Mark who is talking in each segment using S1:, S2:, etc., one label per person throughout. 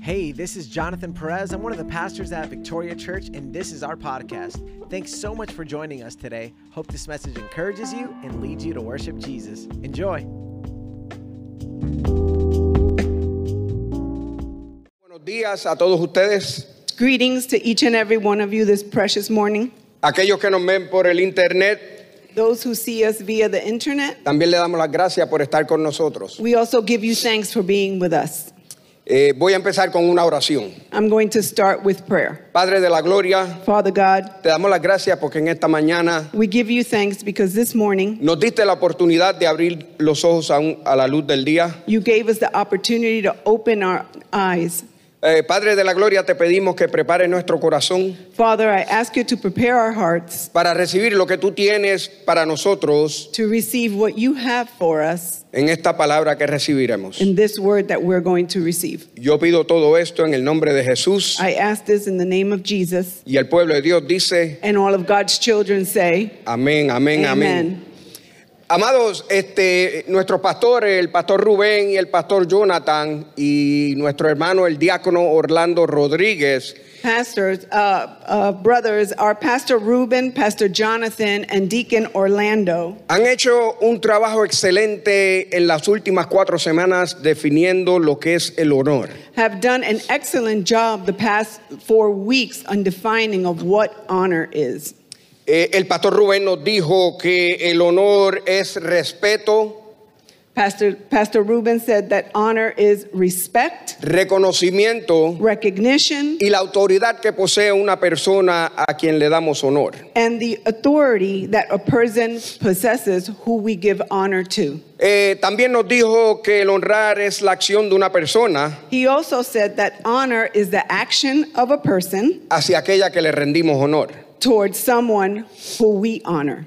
S1: Hey, this is Jonathan Perez. I'm one of the pastors at Victoria Church, and this is our podcast. Thanks so much for joining us today. Hope this message encourages you and leads you to worship Jesus. Enjoy.
S2: Buenos días a todos ustedes,
S3: Greetings to each and every one of you this precious morning.
S2: aquellos que nos ven por el internet,
S3: Those who see us via the internet,
S2: también le damos las gracias por estar con nosotros.
S3: we also give you thanks for being with us.
S2: Eh, voy a empezar con una oración.
S3: I'm going to start with prayer.
S2: Padre de la Gloria,
S3: Father God,
S2: te damos las gracias porque en esta mañana
S3: we give you thanks because this morning
S2: nos diste la oportunidad de abrir los ojos a, un- a la luz del día.
S3: you gave us the opportunity to open our eyes.
S2: Eh, Padre de la Gloria, te pedimos que prepares nuestro corazón
S3: Father, I ask you to prepare our hearts
S2: para recibir lo que tú tienes para nosotros
S3: to receive what you have for us
S2: en esta palabra que recibiremos.
S3: in this word that we're going to receive.
S2: Yo pido todo esto en el nombre de Jesús
S3: I ask this in the name of Jesus,
S2: y el pueblo de Dios dice,
S3: and all of God's children say,
S2: amén, amén, amén.
S3: Amen.
S2: Amados, este, nuestros pastores, el pastor Rubén y el pastor Jonathan y nuestro hermano el diácono Orlando Rodríguez,
S3: pastors, uh, uh, brothers are Pastor Ruben, Pastor Jonathan, and Deacon Orlando.
S2: han hecho un trabajo excelente en las últimas cuatro semanas definiendo lo que es el honor.
S3: Have done an excellent job the past four weeks on defining of what honor is.
S2: Eh, el pastor Rubén nos dijo que el honor es respeto,
S3: Pastor, Pastor Ruben said that honor is respect,
S2: reconocimiento
S3: recognition,
S2: y la autoridad que posee una persona a quien le damos honor.
S3: and the authority that a person possesses who we give honor to.
S2: Eh, también nos dijo que el honrar es la acción de una persona
S3: He also said that honor is the action of a person
S2: hacia aquella que le rendimos honor.
S3: towards someone who we honor.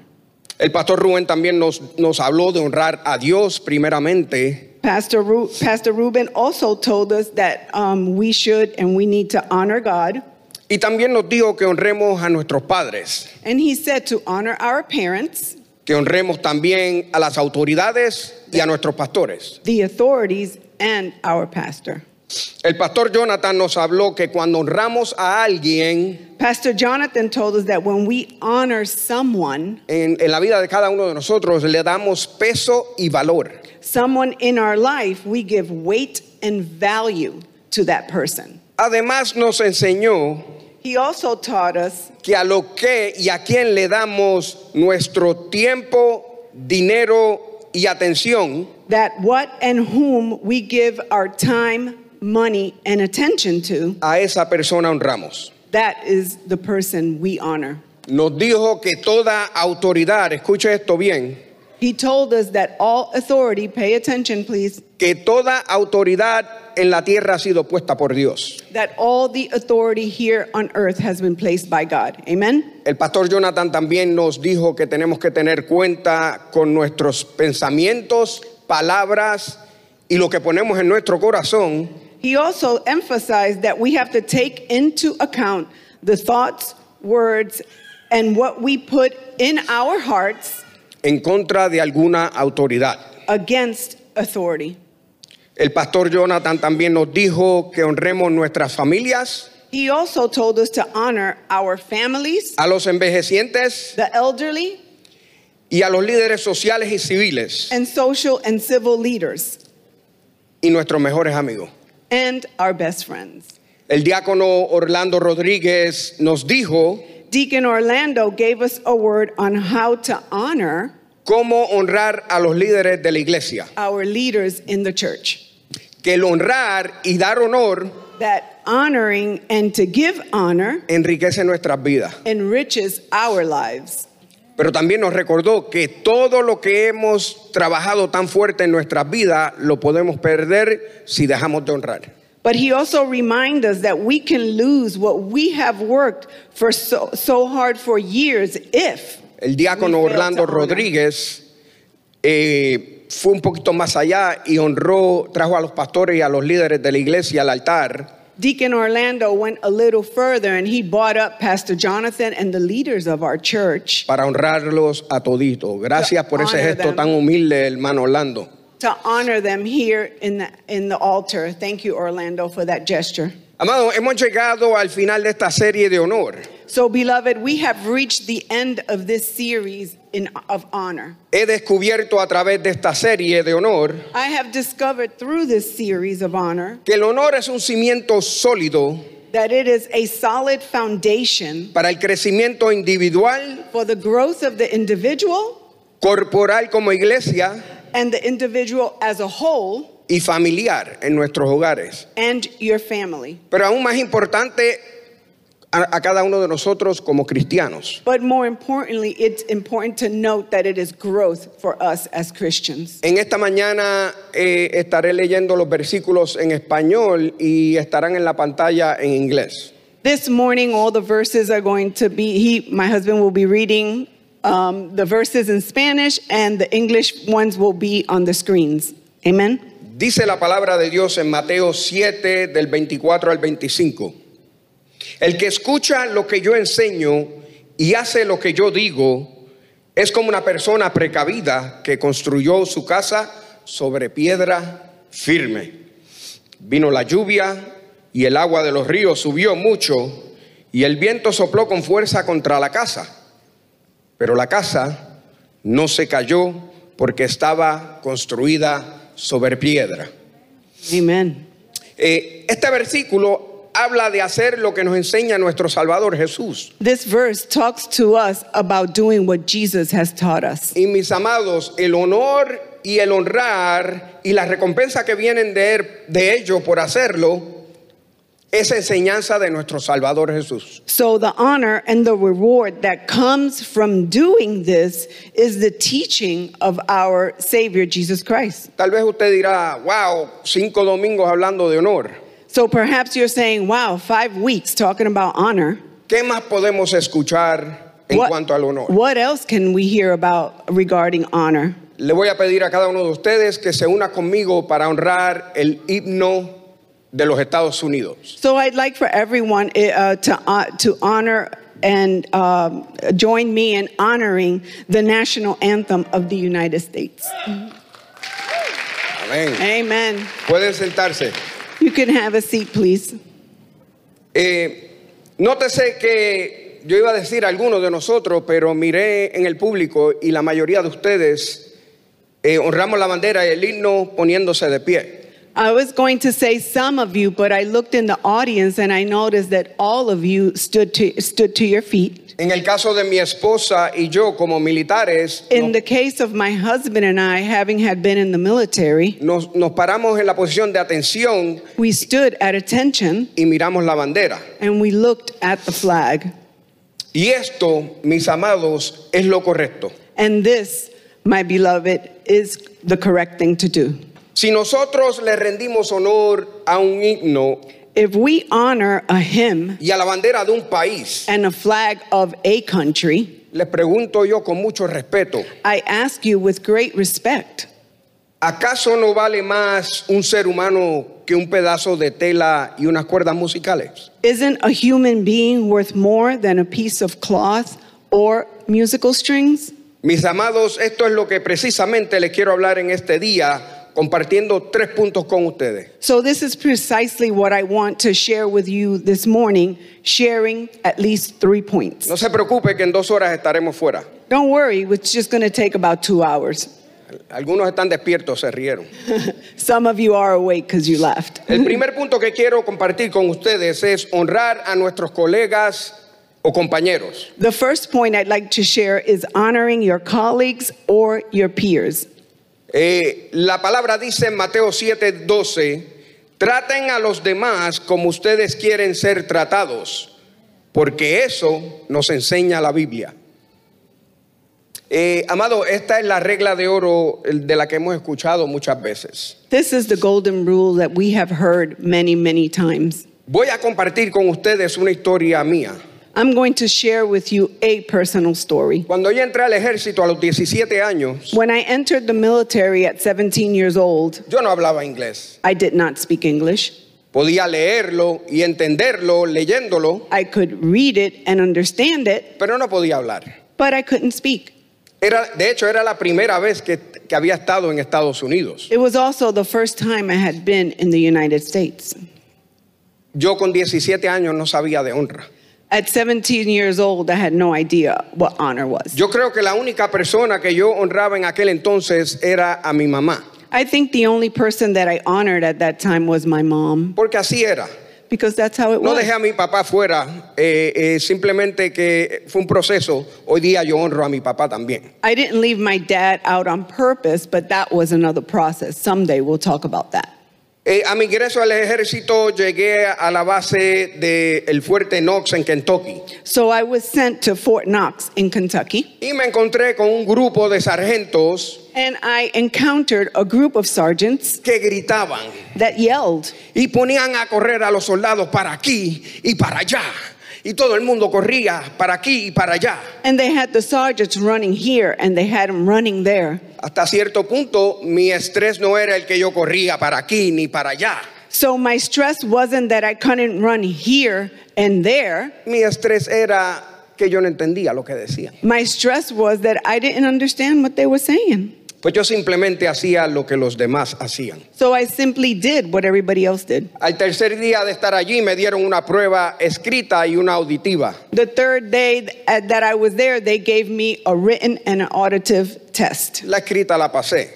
S2: El pastor Rubén también nos, nos habló de honrar a Dios primeramente
S3: Pastor, Ru- Pastor Ruben also told us that um, we should and we need to honor God.
S2: y también nos dijo que honremos a nuestros padres,
S3: And he said to honor our parents,
S2: que honremos también a las autoridades y a nuestros pastores.
S3: the authorities, and our pastor.
S2: El pastor Jonathan nos habló que cuando honramos a alguien
S3: Pastor Jonathan told us that when we honor someone,
S2: en, en la vida de cada uno de nosotros le damos peso y valor.
S3: someone in our life, we give weight and value to that person.
S2: Además nos enseñó
S3: He also taught us
S2: que a lo que y a quién le damos nuestro tiempo, dinero y atención
S3: that what and whom we give our time, money, and attention to,
S2: a esa persona honramos.
S3: that is the person we honor.
S2: Nos dijo que toda autoridad, escuche esto bien,
S3: He told us that all authority, pay attention please,
S2: que toda autoridad en la tierra ha sido puesta por Dios.
S3: that all the authority here on earth has been placed by God. Amen?
S2: El pastor Jonathan también nos dijo que tenemos que tener cuenta con nuestros pensamientos, palabras y lo que ponemos en nuestro corazón
S3: He also emphasized that we have to take into account the thoughts, words, and what we put in our hearts
S2: en contra de alguna autoridad.
S3: against authority.
S2: El pastor Jonathan también nos dijo que honremos nuestras familias,
S3: He also told us to honor our families,
S2: a los envejecientes
S3: the elderly,
S2: y a los líderes sociales y civiles
S3: and social and civil leaders,
S2: y nuestros mejores amigos.
S3: and our best friends.
S2: El diácono Orlando Rodríguez nos dijo
S3: Deacon Orlando gave us a word on how to honor
S2: cómo honrar a los líderes de la iglesia,
S3: our leaders in the church.
S2: que el honrar y dar honor
S3: That honoring and to give honor
S2: enriquece nuestras vidas.
S3: enriches our lives.
S2: Pero también nos recordó que todo lo que hemos trabajado tan fuerte en nuestras vidas lo podemos perder si dejamos de honrar.
S3: But he also reminds us that we can lose what we have worked for so, so hard for years if
S2: El diácono
S3: We fail
S2: Orlando
S3: to honor.
S2: Rodríguez eh, fue un poquito más allá y honró, trajo a los pastores y a los líderes de la iglesia al altar
S3: Deacon Orlando went a little further and he brought up Pastor Jonathan and the leaders of our church
S2: para honrarlos a toditos. Gracias
S3: To
S2: por ese
S3: honor
S2: gesto
S3: them.
S2: tan humilde, hermano Orlando.
S3: to honor them here in the, in the altar. Thank you, Orlando, for that gesture.
S2: Amado, hemos llegado al final de esta serie de honor.
S3: So, beloved, we have reached the end of this series in, of honor.
S2: He descubierto a través de esta serie de honor
S3: I have discovered through this series of honor
S2: que el honor es un cimiento sólido
S3: that it is a solid foundation
S2: para el crecimiento individual,
S3: for the growth of the individual
S2: corporal como iglesia
S3: and the individual as a whole
S2: y familiar en nuestros hogares.
S3: and your family.
S2: Pero aún más importante a, a cada uno de nosotros como cristianos.
S3: But more importantly, it's important to note that it is growth for us as Christians.
S2: En esta mañana eh, estaré leyendo los versículos en español y estarán en la pantalla en inglés.
S3: This morning, all the verses are going to be, he, my husband will be reading um, the verses in Spanish, and the English ones will be on the screens. Amen.
S2: Dice la palabra de Dios en Mateo 7 del 24 al 25. El que escucha lo que yo enseño y hace lo que yo digo es como una persona precavida que construyó su casa sobre piedra firme. Vino la lluvia y el agua de los ríos subió mucho y el viento sopló con fuerza contra la casa. Pero la casa no se cayó porque estaba construida sobre piedra.
S3: Amen.
S2: Eh, este versículo habla de hacer lo que nos enseña nuestro Salvador Jesús.
S3: This verse talks to us about doing what Jesus has taught us.
S2: Y mis amados, el honor y el honrar y las recompensas que vienen de, él- de ello por hacerlo es enseñanza de nuestro Salvador Jesús.
S3: So, the honor and the reward that comes from doing this is the teaching of our Savior Jesus Christ.
S2: Tal vez usted dirá, wow, cinco domingos hablando de honor.
S3: So, perhaps you're saying, wow, five weeks talking about honor.
S2: ¿Qué más podemos escuchar en cuanto al honor?
S3: what else can we hear about regarding honor?
S2: Le voy a pedir a cada uno de ustedes que se una conmigo para honrar el himno de los Estados Unidos.
S3: So, I'd like for everyone eh, uh, to, uh, to honor and um, join me in honoring the national anthem of the United States.
S2: Amén.
S3: Amen.
S2: Pueden sentarse.
S3: You can have a seat, please.
S2: Eh, nótese que yo iba a decir algunos de nosotros, pero miré en el público y la mayoría de ustedes eh, honramos la bandera y el himno poniéndose de pie.
S3: I was going to say some of you, but I looked in the audience and I noticed that all of you stood to, stood to your feet.
S2: En el caso de mi esposa y yo como militares,
S3: In the case of my husband and I, having had been in the military,
S2: nos, nos paramos en la posición de atención
S3: we stood at attention
S2: y miramos la bandera.
S3: and we looked at the flag.
S2: Y esto, mis amados, es lo correcto.
S3: And this, my beloved, is the correct thing to do.
S2: Si nosotros le rendimos honor a un himno
S3: If we honor a hymn
S2: y a la bandera de un país,
S3: and a flag of a country,
S2: les pregunto yo con mucho respeto,
S3: I ask you with great respect.
S2: ¿acaso no vale más un ser humano que un pedazo de tela y unas cuerdas musicales?
S3: Isn't a human being worth more than a piece of cloth or musical strings?
S2: Mis amados, esto es lo que precisamente les quiero hablar en este día, compartiendo tres puntos con ustedes.
S3: So, this is precisely what I want to share with you this morning, sharing at least three points.
S2: No se preocupe que en dos horas estaremos fuera.
S3: Don't worry, it's just going to take about two hours.
S2: Algunos están despiertos, se rieron.
S3: Some of you are awake because you left.
S2: El primer punto que quiero compartir con ustedes es honrar a nuestros colegas o compañeros.
S3: The first point I'd like to share is honoring your colleagues or your peers.
S2: Eh, la palabra dice en Mateo 7, 12, traten a los demás como ustedes quieren ser tratados, porque eso nos enseña la Biblia. Eh, amado, esta es la regla de oro el de la que hemos escuchado muchas veces.
S3: This is the golden rule that we have heard many, many times.
S2: Voy a compartir con ustedes una historia mía.
S3: I'm going to share with you a personal story.
S2: Cuando yo entré al ejército a los 17 años,
S3: When I entered the military at 17 years old,
S2: yo no hablaba inglés.
S3: I did not speak English.
S2: Podía leerlo y entenderlo leyéndolo,
S3: I could read it and understand it,
S2: pero no podía hablar.
S3: but I couldn't speak.
S2: Era, de hecho, era la primera vez que, que había estado en Estados Unidos.
S3: It was also the first time I had been in the United States.
S2: Yo con 17 años no sabía de honra.
S3: At 17 years old, I had no idea what honor was.
S2: Yo creo que la única persona que yo honraba en aquel entonces era a mi mamá,
S3: I think the only person that I honored at that time was my mom
S2: porque así era.
S3: because that's how it
S2: No
S3: was.
S2: dejé a mi papá fuera, eh, eh, simplemente que fue un proceso. Hoy día yo honro a mi papá también.
S3: I didn't leave my dad out on purpose, but that was another process. Someday we'll talk about that.
S2: Eh, a mi ingreso al ejército llegué a la base del fuerte Knox en Kentucky
S3: So I was sent to Fort Knox in Kentucky,
S2: y me encontré con un grupo de sargentos
S3: and I encountered a group of sergeants
S2: que gritaban
S3: that yelled,
S2: y ponían a correr a los soldados para aquí y para allá. Y todo el mundo corría para aquí y para allá.
S3: and they had the sergeants running here and they had them running there.
S2: Hasta cierto punto mi estrés no era el que yo corría para aquí ni para allá.
S3: So my stress wasn't that I couldn't run here and there.
S2: Mi estrés era que yo no entendía lo que decían.
S3: My stress was that I didn't understand what they were saying.
S2: Pues yo simplemente hacía lo que los demás hacían.
S3: So I simply did what everybody else did.
S2: Al tercer día de estar allí me dieron una prueba escrita y una auditiva.
S3: The third day th- uh, that I was there, they gave me a written and an auditive test.
S2: La escrita la pasé,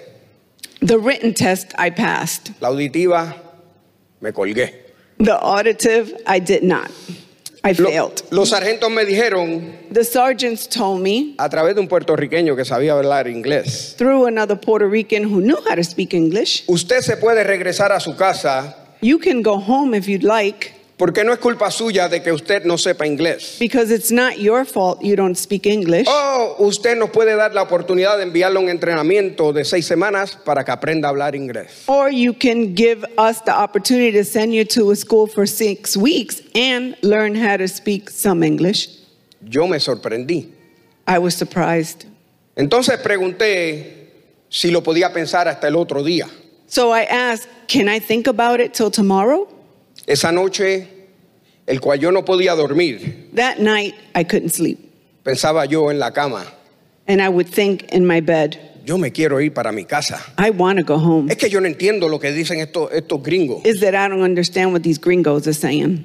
S3: The written test I passed,
S2: la auditiva me colgué.
S3: the auditive I did not. I
S2: Lo-
S3: failed.
S2: los sargentos me dijeron
S3: The sergeants told me
S2: a través de un puertorriqueño que sabía hablar inglés,
S3: through another Puerto Rican who knew how to speak English,
S2: usted se puede regresar a su casa
S3: you can go home if you'd like
S2: porque no es culpa suya de que usted no sepa inglés.
S3: because it's not your fault you don't speak English.
S2: O usted nos puede dar la oportunidad de enviarle un entrenamiento de seis semanas para que aprenda a hablar inglés.
S3: Or you can give us the opportunity to send you to a school for six weeks and learn how to speak some English.
S2: Yo me sorprendí.
S3: I was surprised.
S2: Entonces pregunté si lo podía pensar hasta el otro día.
S3: So I asked, Can I think about it till tomorrow?
S2: Esa noche, el cual yo no podía dormir,
S3: That night, I couldn't sleep.
S2: pensaba yo en la cama,
S3: And I would think in my bed,
S2: yo me quiero ir para mi casa.
S3: I want to go home.
S2: Es que yo no entiendo lo que dicen estos, estos gringos.
S3: Is that I don't understand what these gringos are saying.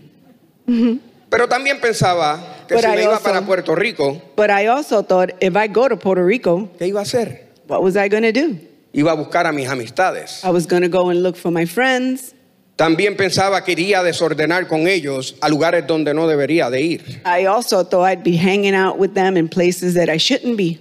S2: Pero también pensaba que
S3: But
S2: si
S3: I
S2: me iba
S3: also-
S2: para Puerto Rico,
S3: But I also thought, if I go to Puerto Rico,
S2: ¿qué iba a hacer?
S3: what was I going to do?
S2: Iba a buscar a mis amistades.
S3: I was going to go and look for my friends.
S2: También pensaba que iría a desordenar con ellos a lugares donde no debería de ir.
S3: I also thought I'd be hanging out with them in places that I shouldn't be.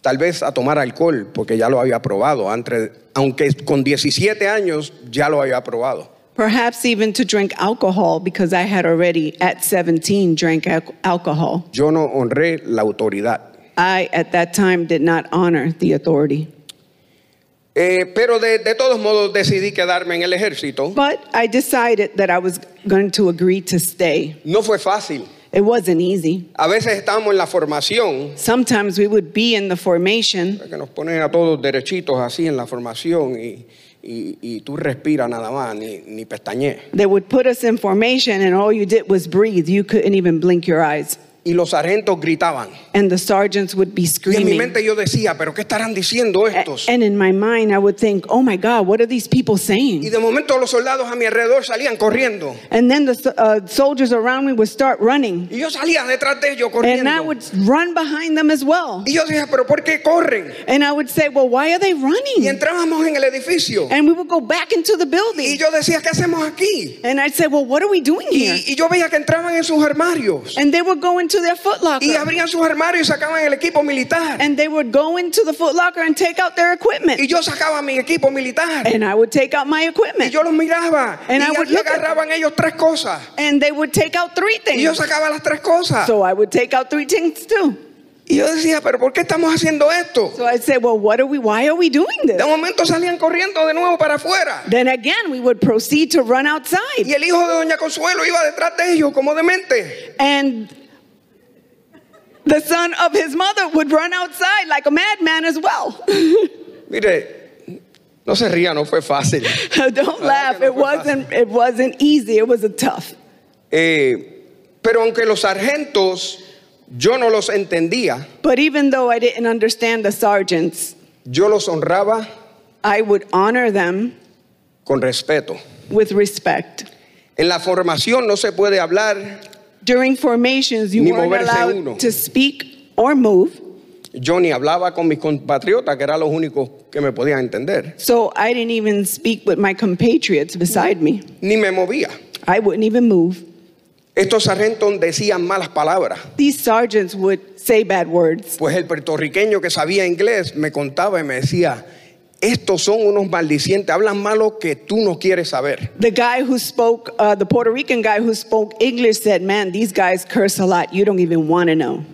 S2: Tal vez a tomar alcohol, porque ya lo había probado, antes- aunque con 17 años ya lo había probado.
S3: Perhaps even to drink alcohol because I had already at 17 drank al- alcohol.
S2: Yo no honré la autoridad.
S3: I, at that time, did not honor the authority.
S2: Eh, pero de, de todos modos decidí quedarme en el ejército.
S3: But I decided that I was going to agree to stay.
S2: No fue fácil.
S3: It wasn't easy.
S2: A veces estábamos en la formación,
S3: Sometimes we would be in the formation
S2: que nos ponen a todos derechitos así en la formación y, y- y tú respiras nada más, ni, ni pestañeas.
S3: that would put us in formation, and all you did was breathe. You couldn't even blink your eyes.
S2: Y los sargentos gritaban.
S3: And the sergeants would be
S2: Y en mi
S3: screaming.
S2: mente yo decía, pero ¿qué estarán diciendo
S3: A-
S2: estos?
S3: And in my mind, I would think, oh my God, what are these people
S2: Y
S3: saying?
S2: de momento los soldados a mi alrededor salían corriendo.
S3: And then the so- uh, soldiers around me would start running.
S2: Y yo salía detrás de ellos
S3: And I
S2: corriendo.
S3: would run behind them as well.
S2: Y yo decía, pero ¿por qué corren?
S3: And I would say, well, why are they
S2: Y
S3: running?
S2: entrábamos en el edificio.
S3: And we would go back into the
S2: Y
S3: building.
S2: yo decía, ¿qué hacemos aquí?
S3: And I'd say, well, what are we doing here?
S2: Y, y yo veía que entraban en sus armarios.
S3: And they would go into their Foot
S2: Y
S3: Locker.
S2: abrían sus armarios y sacaban el equipo militar.
S3: And they would go into the Foot Locker and take out their
S2: Y
S3: equipment.
S2: yo sacaba mi equipo militar.
S3: And I would take out my
S2: Y
S3: equipment.
S2: yo los miraba.
S3: And I
S2: y
S3: would
S2: allí
S3: look at-
S2: agarraban ellos tres cosas.
S3: And they would take out three
S2: Y yo
S3: things.
S2: sacaba las tres cosas.
S3: So I would take out three things too.
S2: y yo decía, pero ¿por qué estamos haciendo esto?
S3: So I'd say, well, what are we, why are we doing
S2: De
S3: this?
S2: momento salían corriendo de nuevo para afuera.
S3: Then again, we would proceed to run
S2: Y
S3: outside.
S2: el hijo de Doña Consuelo iba detrás de ellos como demente.
S3: And the son of his mother would run outside like a madman as well.
S2: Mire, no se ría, no fue fácil.
S3: Don't laugh. It wasn't, it wasn't easy. It was a tough.
S2: Eh, pero aunque los sargentos yo no los entendía,
S3: But even though I didn't understand the sergeants,
S2: yo los honraba
S3: I would honor them
S2: con respeto.
S3: with respect.
S2: En la formación no se puede hablar
S3: During formations, you
S2: Ni
S3: weren't
S2: moverse
S3: allowed
S2: uno.
S3: to speak or move,
S2: Yo ni hablaba con mis compatriotas, que eran los únicos que me podían entender.
S3: so I didn't even speak with my compatriots beside me.
S2: Ni me movía.
S3: I wouldn't even move.
S2: Estos sargentos decían malas palabras.
S3: These sergeants would say bad words.
S2: Pues el puertorriqueño que sabía inglés me contaba y me decía, estos son unos maldicientes, hablan malo que tú no quieres saber.
S3: The guy who spoke, uh, the Puerto Rican guy who spoke English said, Man, these guys curse a lot. You don't even want to know.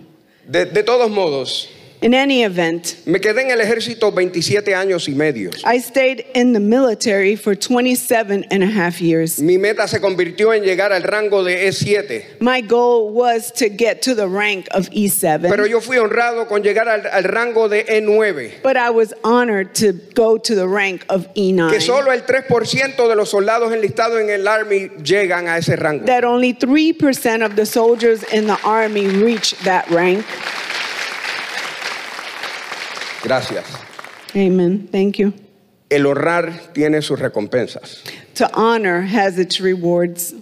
S2: De, de todos modos,
S3: In any event,
S2: me quedé en el ejército 27 años y medio.
S3: I stayed in the military for 27 and a half years.
S2: Mi meta se convirtió en llegar al rango de E E7,
S3: My goal was to get to the rank of E E7,
S2: pero yo fui honrado con llegar al, al rango de E E9,
S3: but I was honored to go to the rank of E E9.
S2: que solo el 3% de los soldados enlistados en el Army llegan a ese rango.
S3: that only 3% of the soldiers in the army reach that rank.
S2: Gracias.
S3: Amen. Thank you.
S2: El honrar tiene sus recompensas.
S3: To honor has its rewards.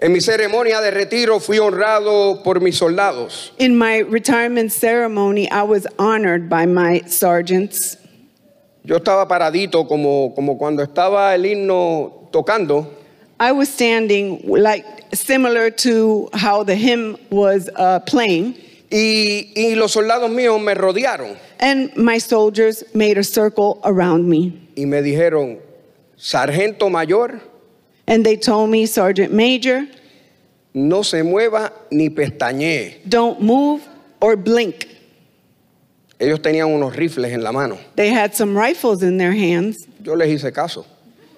S2: En mi ceremonia de retiro fui honrado por mis soldados.
S3: In my retirement ceremony, I was honored by my sergeants.
S2: Yo estaba paradito como, como cuando estaba el himno tocando.
S3: I was standing like similar to how the hymn was uh, playing,
S2: Y, y los soldados míos me rodearon
S3: and my soldiers made a circle around me.
S2: y me dijeron, sargento mayor,
S3: And they told me, Sergeant Major,
S2: no se mueva ni pestañee.
S3: don't move or blink.
S2: Ellos tenían unos rifles en la mano.
S3: They had some rifles in their hands.
S2: Yo les hice caso.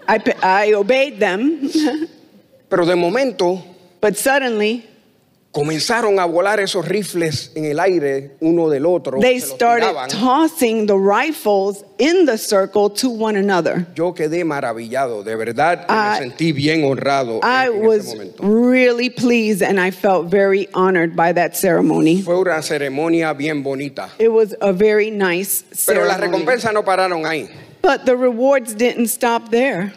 S3: I, p- I obeyed them,
S2: Pero de momento
S3: but suddenly
S2: comenzaron a volar esos rifles en el aire uno del otro.
S3: they
S2: se los
S3: started
S2: tiraban.
S3: tossing the rifles in the circle to one another.
S2: Yo quedé maravillado, de verdad que
S3: I-
S2: me sentí bien honrado en-
S3: Ah, I
S2: en, ese
S3: was
S2: momento.
S3: really pleased and I felt very honored by that ceremony.
S2: Fue una ceremonia bien bonita.
S3: It was a very nice
S2: Pero las
S3: ceremony.
S2: recompensas no pararon ahí.
S3: But the rewards didn't stop there.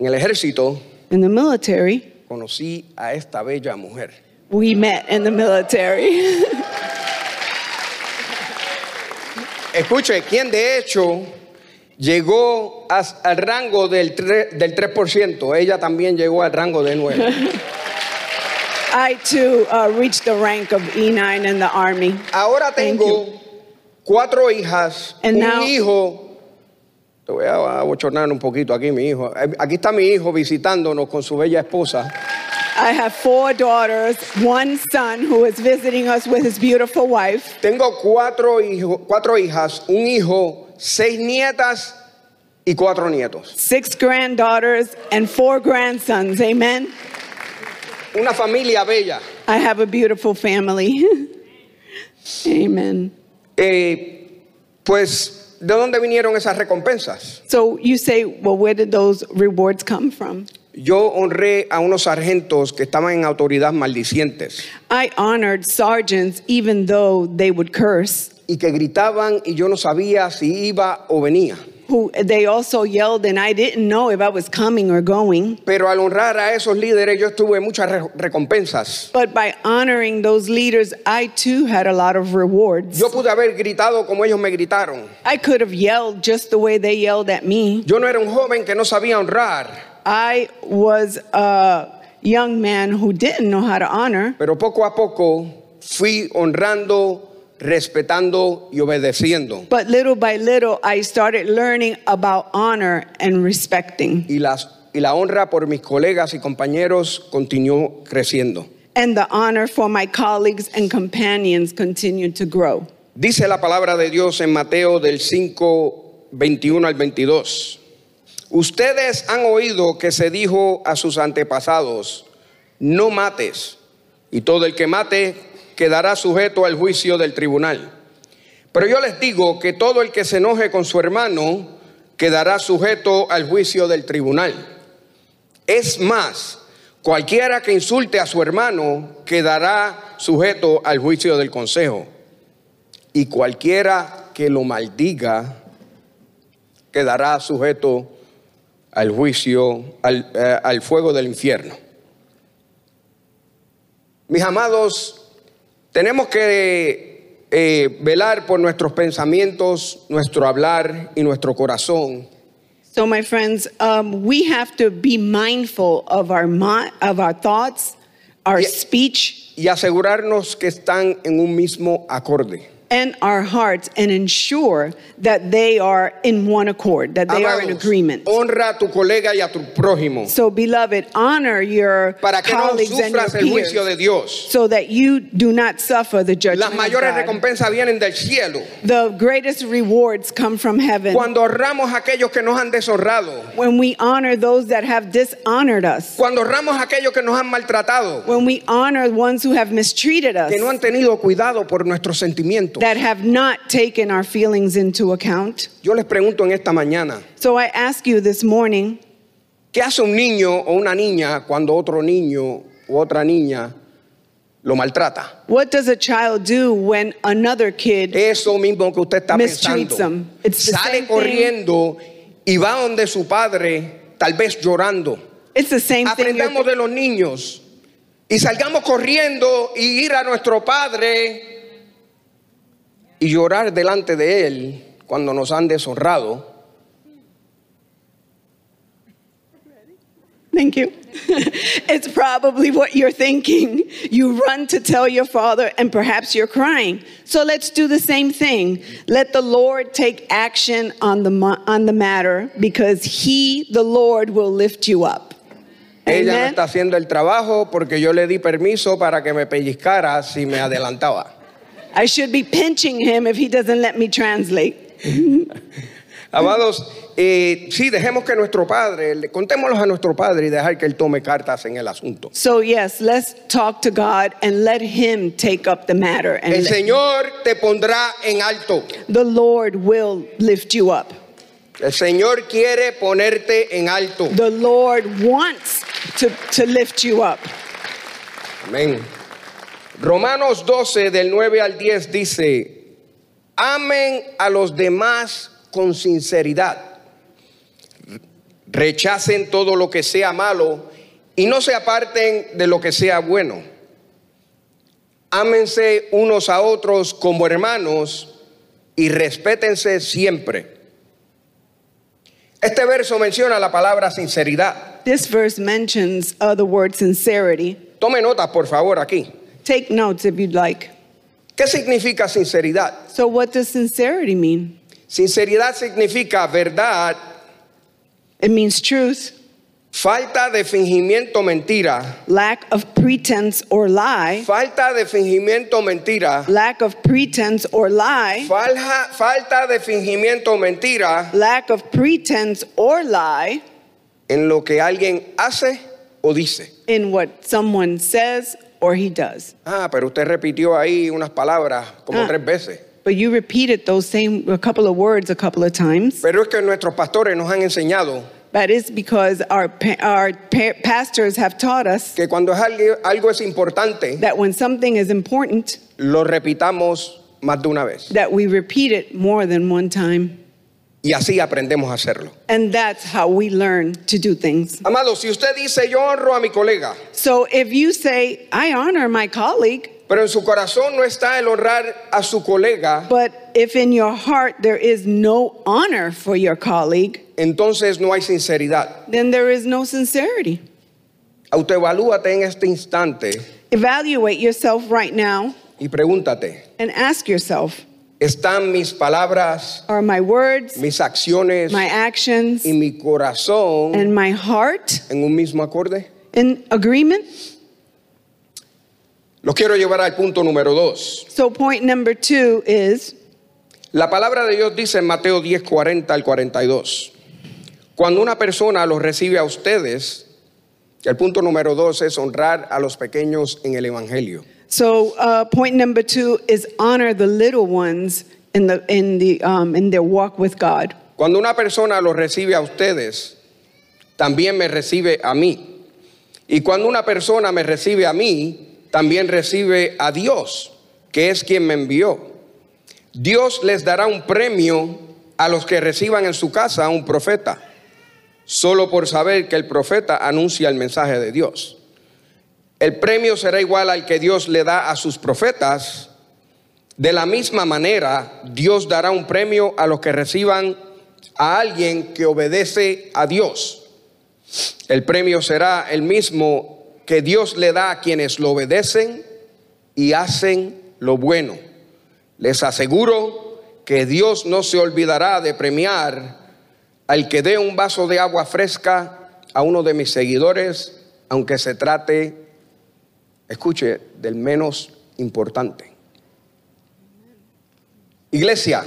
S2: En el ejército
S3: In the military,
S2: conocí a esta bella mujer.
S3: we met in the military.
S2: Escuche, quien de hecho llegó as- al rango del, tre- del 3%, ella también llegó al rango de 9.
S3: I too uh, reached the rank of E9 in the Army.
S2: Ahora
S3: Thank
S2: tengo cuatro hijas,
S3: And
S2: un
S3: now-
S2: hijo. Te voy a bochornar un poquito aquí, mi hijo. Eh, Aquí está mi hijo visitándonos con su bella esposa.
S3: I have four daughters, one son who is visiting us with his beautiful wife.
S2: Tengo cuatro, hijo- cuatro hijas, un hijo, seis nietas y cuatro nietos.
S3: six granddaughters and four grandsons. Amen.
S2: Una familia bella.
S3: I have a beautiful family. Amen.
S2: Eh, pues, ¿de dónde vinieron esas recompensas?
S3: So you say, well, where did those rewards come from?
S2: Yo honré a unos sargentos que estaban en autoridad maldicientes
S3: I honored sergeants even though they would curse.
S2: y que gritaban y yo no sabía si iba o venía.
S3: Who they also yelled, and I didn't know if I was coming or going.
S2: Pero al honrar a esos líderes yo tuve muchas re- recompensas.
S3: But by honoring those leaders, I too had a lot of rewards.
S2: Yo pude haber gritado como ellos me gritaron.
S3: I could have yelled just the way they yelled at me.
S2: Yo no era un joven que no sabía honrar,
S3: I was a young man who didn't know how to honor,
S2: pero poco a poco fui honrando, respetando y obedeciendo.
S3: but little by little, I started learning about honor and respecting.
S2: Y, las, y la honra por mis colegas y compañeros continuó creciendo.
S3: And the honor for my colleagues and companions continued to grow.
S2: Dice la palabra de Dios en Mateo del 5, 21 al 22. Ustedes han oído que se dijo a sus antepasados, no mates, y todo el que mate quedará sujeto al juicio del tribunal. Pero yo les digo que todo el que se enoje con su hermano quedará sujeto al juicio del tribunal. Es más, cualquiera que insulte a su hermano quedará sujeto al juicio del consejo. Y cualquiera que lo maldiga quedará sujeto al juicio, al, eh, al fuego del infierno. Mis amados, tenemos que eh, velar por nuestros pensamientos, nuestro hablar y nuestro corazón.
S3: So, my friends, um, we have to be mindful of our mi- of our thoughts, our
S2: Yeah.
S3: speech,
S2: y asegurarnos que están en un mismo acorde.
S3: and our hearts, and ensure that they are in one accord, that they are in
S2: Amados, oh,
S3: agreement.
S2: honra a tu colega y a tu prójimo
S3: So, beloved, honor your
S2: para que no
S3: colleagues and your
S2: sufras el
S3: peers,
S2: juicio de Dios.
S3: so that you do not suffer the
S2: Las
S3: judgment. of
S2: mayores
S3: God.
S2: recompensas vienen del cielo.
S3: The greatest rewards come from heaven
S2: Cuando honramos a aquellos que nos han deshonrado,
S3: when we honor those that have dishonored us,
S2: cuando honramos a aquellos que nos han maltratado,
S3: when we honor ones who have mistreated us,
S2: que no han tenido cuidado por nuestros sentimientos.
S3: that have not taken our feelings into account.
S2: Yo les pregunto en esta mañana,
S3: So I ask you this morning,
S2: ¿qué hace un niño o una niña cuando otro niño u otra niña lo maltrata?
S3: what does a child do when another kid
S2: Eso mismo que usted está
S3: Mistreats
S2: pensando.
S3: them. It's the same
S2: Sale
S3: thing.
S2: corriendo y va donde su padre, tal vez llorando.
S3: It's the same thing. you're-
S2: Aprendamos de los niños y salgamos corriendo y ir a nuestro padre y llorar delante de él cuando nos han deshonrado.
S3: Thank you. it's probably what you're thinking. You run to tell your father, and perhaps you're crying. So let's do the same thing. Let the Lord take action on the, mo- on the matter because He, the Lord, will lift you up.
S2: Ella no
S3: Amen.
S2: está haciendo el trabajo porque yo le di permiso para que me pellizcara si me adelantaba.
S3: I should be pinching him if he doesn't let me translate.
S2: Amados, eh, sí, dejemos que nuestro padre, le- contémoslos a nuestro padre y dejar que él tome cartas en el asunto.
S3: So, yes, let's talk to God and let Him take up the matter. And
S2: El
S3: let-
S2: Señor te pondrá en alto.
S3: the Lord will lift you up.
S2: El Señor quiere ponerte en alto.
S3: The Lord wants to, to lift you up.
S2: Amén. Romanos 12 del 9 al 10 dice, amen a los demás con sinceridad. Rechacen todo lo que sea malo y no se aparten de lo que sea bueno. Ámense unos a otros como hermanos y respétense siempre. Este verso menciona la palabra sinceridad.
S3: This verse mentions uh, the word sincerity.
S2: Tome nota, por favor, aquí.
S3: Take notes if you'd like.
S2: ¿Qué significa sinceridad?
S3: So, what does sincerity mean?
S2: Sinceridad significa verdad,
S3: It means truth,
S2: falta de fingimiento, mentira,
S3: lack of pretense or lie,
S2: falta de fingimiento, mentira,
S3: lack of pretense or lie,
S2: falja- falta de fingimiento, mentira
S3: lack of pretense or lie
S2: en lo que alguien hace o dice.
S3: in what someone says or he does.
S2: Ah, pero usted repitió ahí unas palabras como
S3: Ah.
S2: tres veces.
S3: But you repeated those same a couple of words a couple of times.
S2: Pero es que nuestros pastores nos han enseñado
S3: That is because our pa- our pa- pastors have taught us
S2: que cuando es algo, algo es importante,
S3: that when something is important,
S2: lo repitamos más de una vez.
S3: that we repeat it more than one time.
S2: Y así aprendemos a hacerlo.
S3: And that's how we learn to do things.
S2: Amado, si usted dice yo honro a mi colega,
S3: So if you say, I honor my colleague,
S2: Pero en su corazón no está el honrar a su colega,
S3: but if in your heart there is no honor for your colleague,
S2: entonces no hay sinceridad.
S3: then there is no sincerity.
S2: Autoevalúate en este instante
S3: Evaluate yourself right now
S2: y pregúntate,
S3: and ask yourself
S2: ¿están mis palabras,
S3: Are my words,
S2: mis acciones
S3: my actions,
S2: y mi corazón
S3: and my heart
S2: en un mismo acorde?
S3: in agreement?
S2: Los quiero llevar al punto número dos.
S3: So, point number two is
S2: La palabra de Dios dice en Mateo 10, 40 al 42. Cuando una persona los recibe a ustedes, el punto número dos es honrar a los pequeños en el Evangelio.
S3: so uh, point number two is honor the little ones in the in the um, in their walk with God.
S2: Cuando una persona los recibe a ustedes, también me recibe a mí. Y cuando una persona me recibe a mí, también recibe a Dios, que es quien me envió. Dios les dará un premio a los que reciban en su casa a un profeta, solo por saber que el profeta anuncia el mensaje de Dios. El premio será igual al que Dios le da a sus profetas. De la misma manera, Dios dará un premio a los que reciban a alguien que obedece a Dios. El premio será el mismo que Dios le da a quienes lo obedecen y hacen lo bueno. Les aseguro que Dios no se olvidará de premiar al que dé un vaso de agua fresca a uno de mis seguidores, aunque se trate, escuche, del menos importante. Iglesia,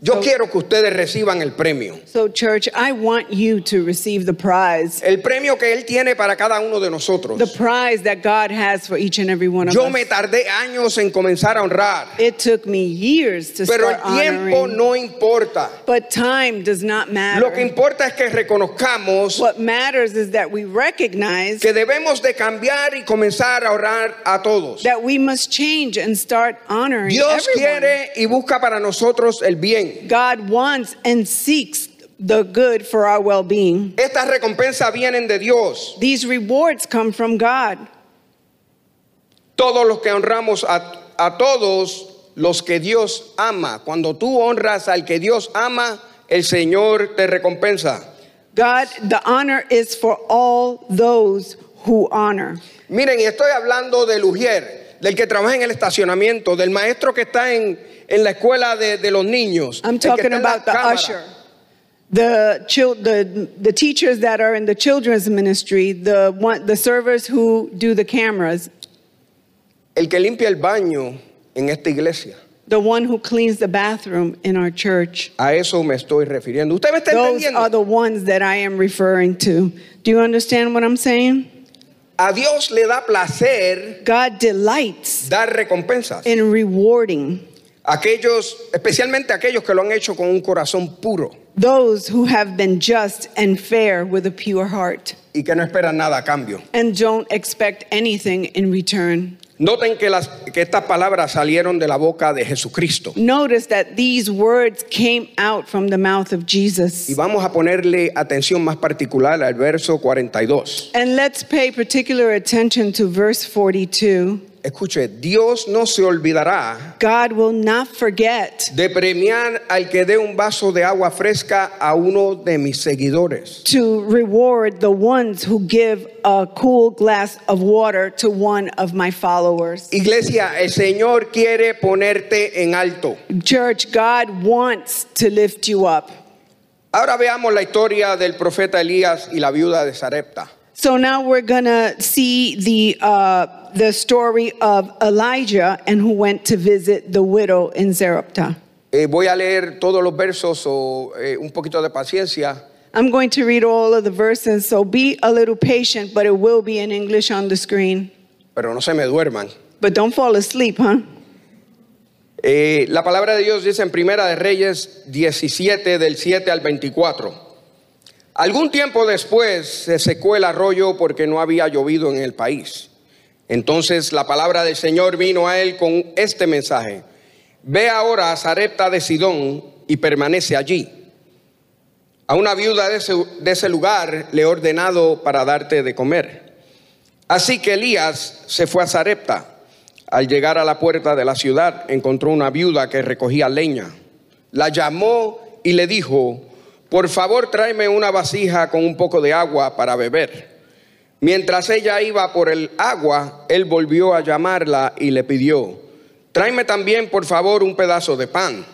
S2: yo quiero que ustedes reciban el premio.
S3: So, church, I want you to receive the prize,
S2: El premio que Él tiene para cada uno de nosotros.
S3: the prize that God has for each and every one of
S2: Yo
S3: us.
S2: me tardé años en comenzar a honrar,
S3: It took me years to
S2: pero el
S3: start
S2: tiempo
S3: honoring,
S2: no importa.
S3: but time does not matter.
S2: Lo que importa es que reconozcamos
S3: what matters is that we recognize
S2: que debemos de cambiar y comenzar a orar a todos.
S3: that we must change and start honoring
S2: Dios
S3: everyone.
S2: quiere y busca para nosotros el bien.
S3: God wants and seeks the good for our well-being.
S2: Estas recompensas vienen de Dios.
S3: These rewards come from God.
S2: Todos los que honramos a, a todos los que Dios ama. Cuando tú honras al que Dios ama, el Señor te recompensa.
S3: God, the honor is for all those who honor.
S2: Miren, y estoy hablando del Ujier, del que trabaja en el estacionamiento, del maestro que está en, en la escuela de, de los niños.
S3: I'm
S2: el que
S3: talking
S2: está en la
S3: about the
S2: cámara.
S3: usher, the, chil- the the teachers that are in the children's ministry, the one, the servers who do the cameras,
S2: El que limpia el baño en esta iglesia.
S3: the one who cleans the bathroom in our church.
S2: A eso me estoy refiriendo. ¿Usted me está
S3: Those
S2: entendiendo?
S3: are the ones that I am referring to. Do you understand what I'm saying?
S2: A Dios le da placer
S3: God delights
S2: dar recompensas.
S3: in rewarding
S2: Aquellos, especialmente aquellos que lo han hecho con un corazón puro
S3: those who have been just and fair with a pure heart
S2: y que no esperan nada a cambio.
S3: and don't expect anything in return.
S2: Noten que, las, que estas palabras salieron de la boca de Jesucristo.
S3: Notice that these words came out from the mouth of
S2: Y
S3: Jesus.
S2: vamos a ponerle atención más particular al verso 42.
S3: And let's pay particular attention to verse 42.
S2: Escuche, Dios no se olvidará
S3: God will not forget
S2: de premiar al que dé un vaso de agua fresca a uno de mis seguidores.
S3: to reward the ones who give a cool glass of water to one of my followers.
S2: Iglesia, el Señor quiere ponerte en alto.
S3: Church, God wants to lift you up.
S2: Ahora veamos la historia del profeta Elías y la viuda de Sarepta.
S3: So now we're gonna see the uh, the story of Elijah and who went to visit the widow in Zarepta.
S2: Eh, voy a leer todos los versos o eh, un poquito de paciencia.
S3: I'm going to read all of the verses, so be a little patient, but it will be in English on the screen.
S2: pero no se me duerman.
S3: But don't fall asleep, huh?
S2: Eh, la palabra de Dios dice en Primera de Reyes 17 del 7 al 24. Algún tiempo después se secó el arroyo porque no había llovido en el país. Entonces la palabra del Señor vino a él con este mensaje. Ve ahora a Zarepta de Sidón y permanece allí. A una viuda de ese, de ese lugar le he ordenado para darte de comer. Así que Elías se fue a Zarepta. Al llegar a la puerta de la ciudad, encontró una viuda que recogía leña. La llamó y le dijo, por favor tráeme una vasija con un poco de agua para beber. Mientras ella iba por el agua, él volvió a llamarla y le pidió, tráeme también por favor un pedazo de pan.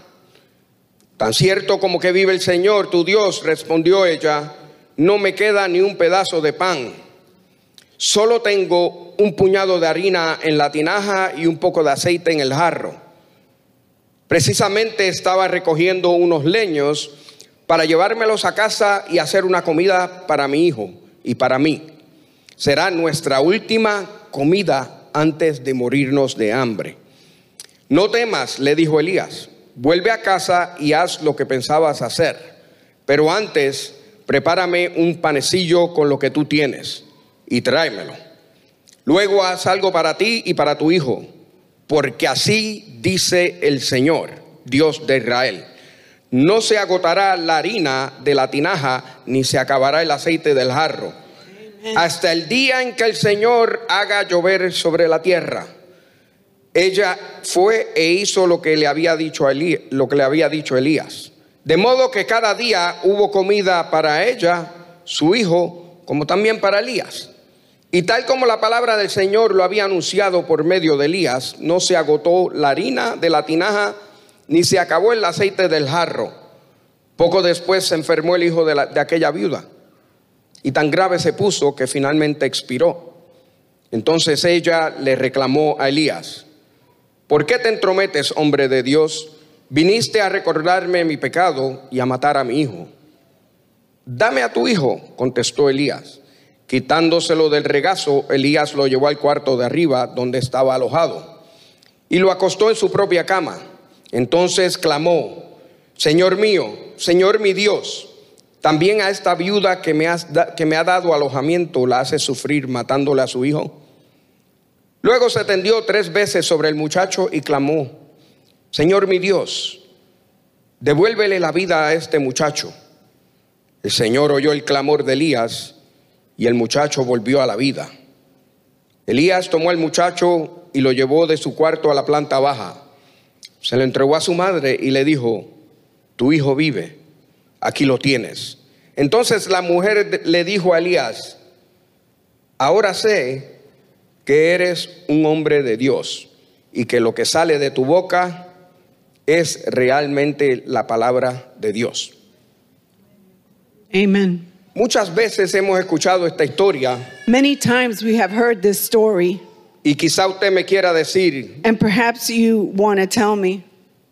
S2: Tan cierto como que vive el Señor, tu Dios, respondió ella, no me queda ni un pedazo de pan. Solo tengo un puñado de harina en la tinaja y un poco de aceite en el jarro. Precisamente estaba recogiendo unos leños para llevármelos a casa y hacer una comida para mi hijo y para mí. Será nuestra última comida antes de morirnos de hambre. No temas, le dijo Elías, vuelve a casa y haz lo que pensabas hacer, pero antes prepárame un panecillo con lo que tú tienes y tráemelo. Luego haz algo para ti y para tu hijo, porque así dice el Señor, Dios de Israel. No se agotará la harina de la tinaja, ni se acabará el aceite del jarro, hasta el día en que el Señor haga llover sobre la tierra. Ella fue e hizo lo que le había dicho, a Elí- lo que le había dicho Elías. De modo que cada día hubo comida para ella, su hijo, como también para Elías. Y tal como la palabra del Señor lo había anunciado por medio de Elías, no se agotó la harina de la tinaja, ni se acabó el aceite del jarro. Poco después se enfermó el hijo de, la- de aquella viuda, y tan grave se puso que finalmente expiró. Entonces ella le reclamó a Elías, ¿por qué te entrometes, hombre de Dios? Viniste a recordarme mi pecado y a matar a mi hijo. Dame a tu hijo, contestó Elías. Quitándoselo del regazo, Elías lo llevó al cuarto de arriba donde estaba alojado y lo acostó en su propia cama. Entonces clamó, Señor mío, Señor mi Dios, también a esta viuda que me, has da- que me ha dado alojamiento la hace sufrir matándole a su hijo. Luego se tendió tres veces sobre el muchacho y clamó, Señor mi Dios, devuélvele la vida a este muchacho. El Señor oyó el clamor de Elías y el muchacho volvió a la vida. Elías tomó al muchacho y lo llevó de su cuarto a la planta baja. Se lo entregó a su madre y le dijo, tu hijo vive, aquí lo tienes. Entonces la mujer de- le dijo a Elías, ahora sé que eres un hombre de Dios y que lo que sale de tu boca es realmente la palabra de Dios.
S3: Amen.
S2: Muchas veces hemos escuchado esta historia
S3: Many times we have heard this story,
S2: y quizá usted me quiera decir,
S3: and perhaps you want to tell me,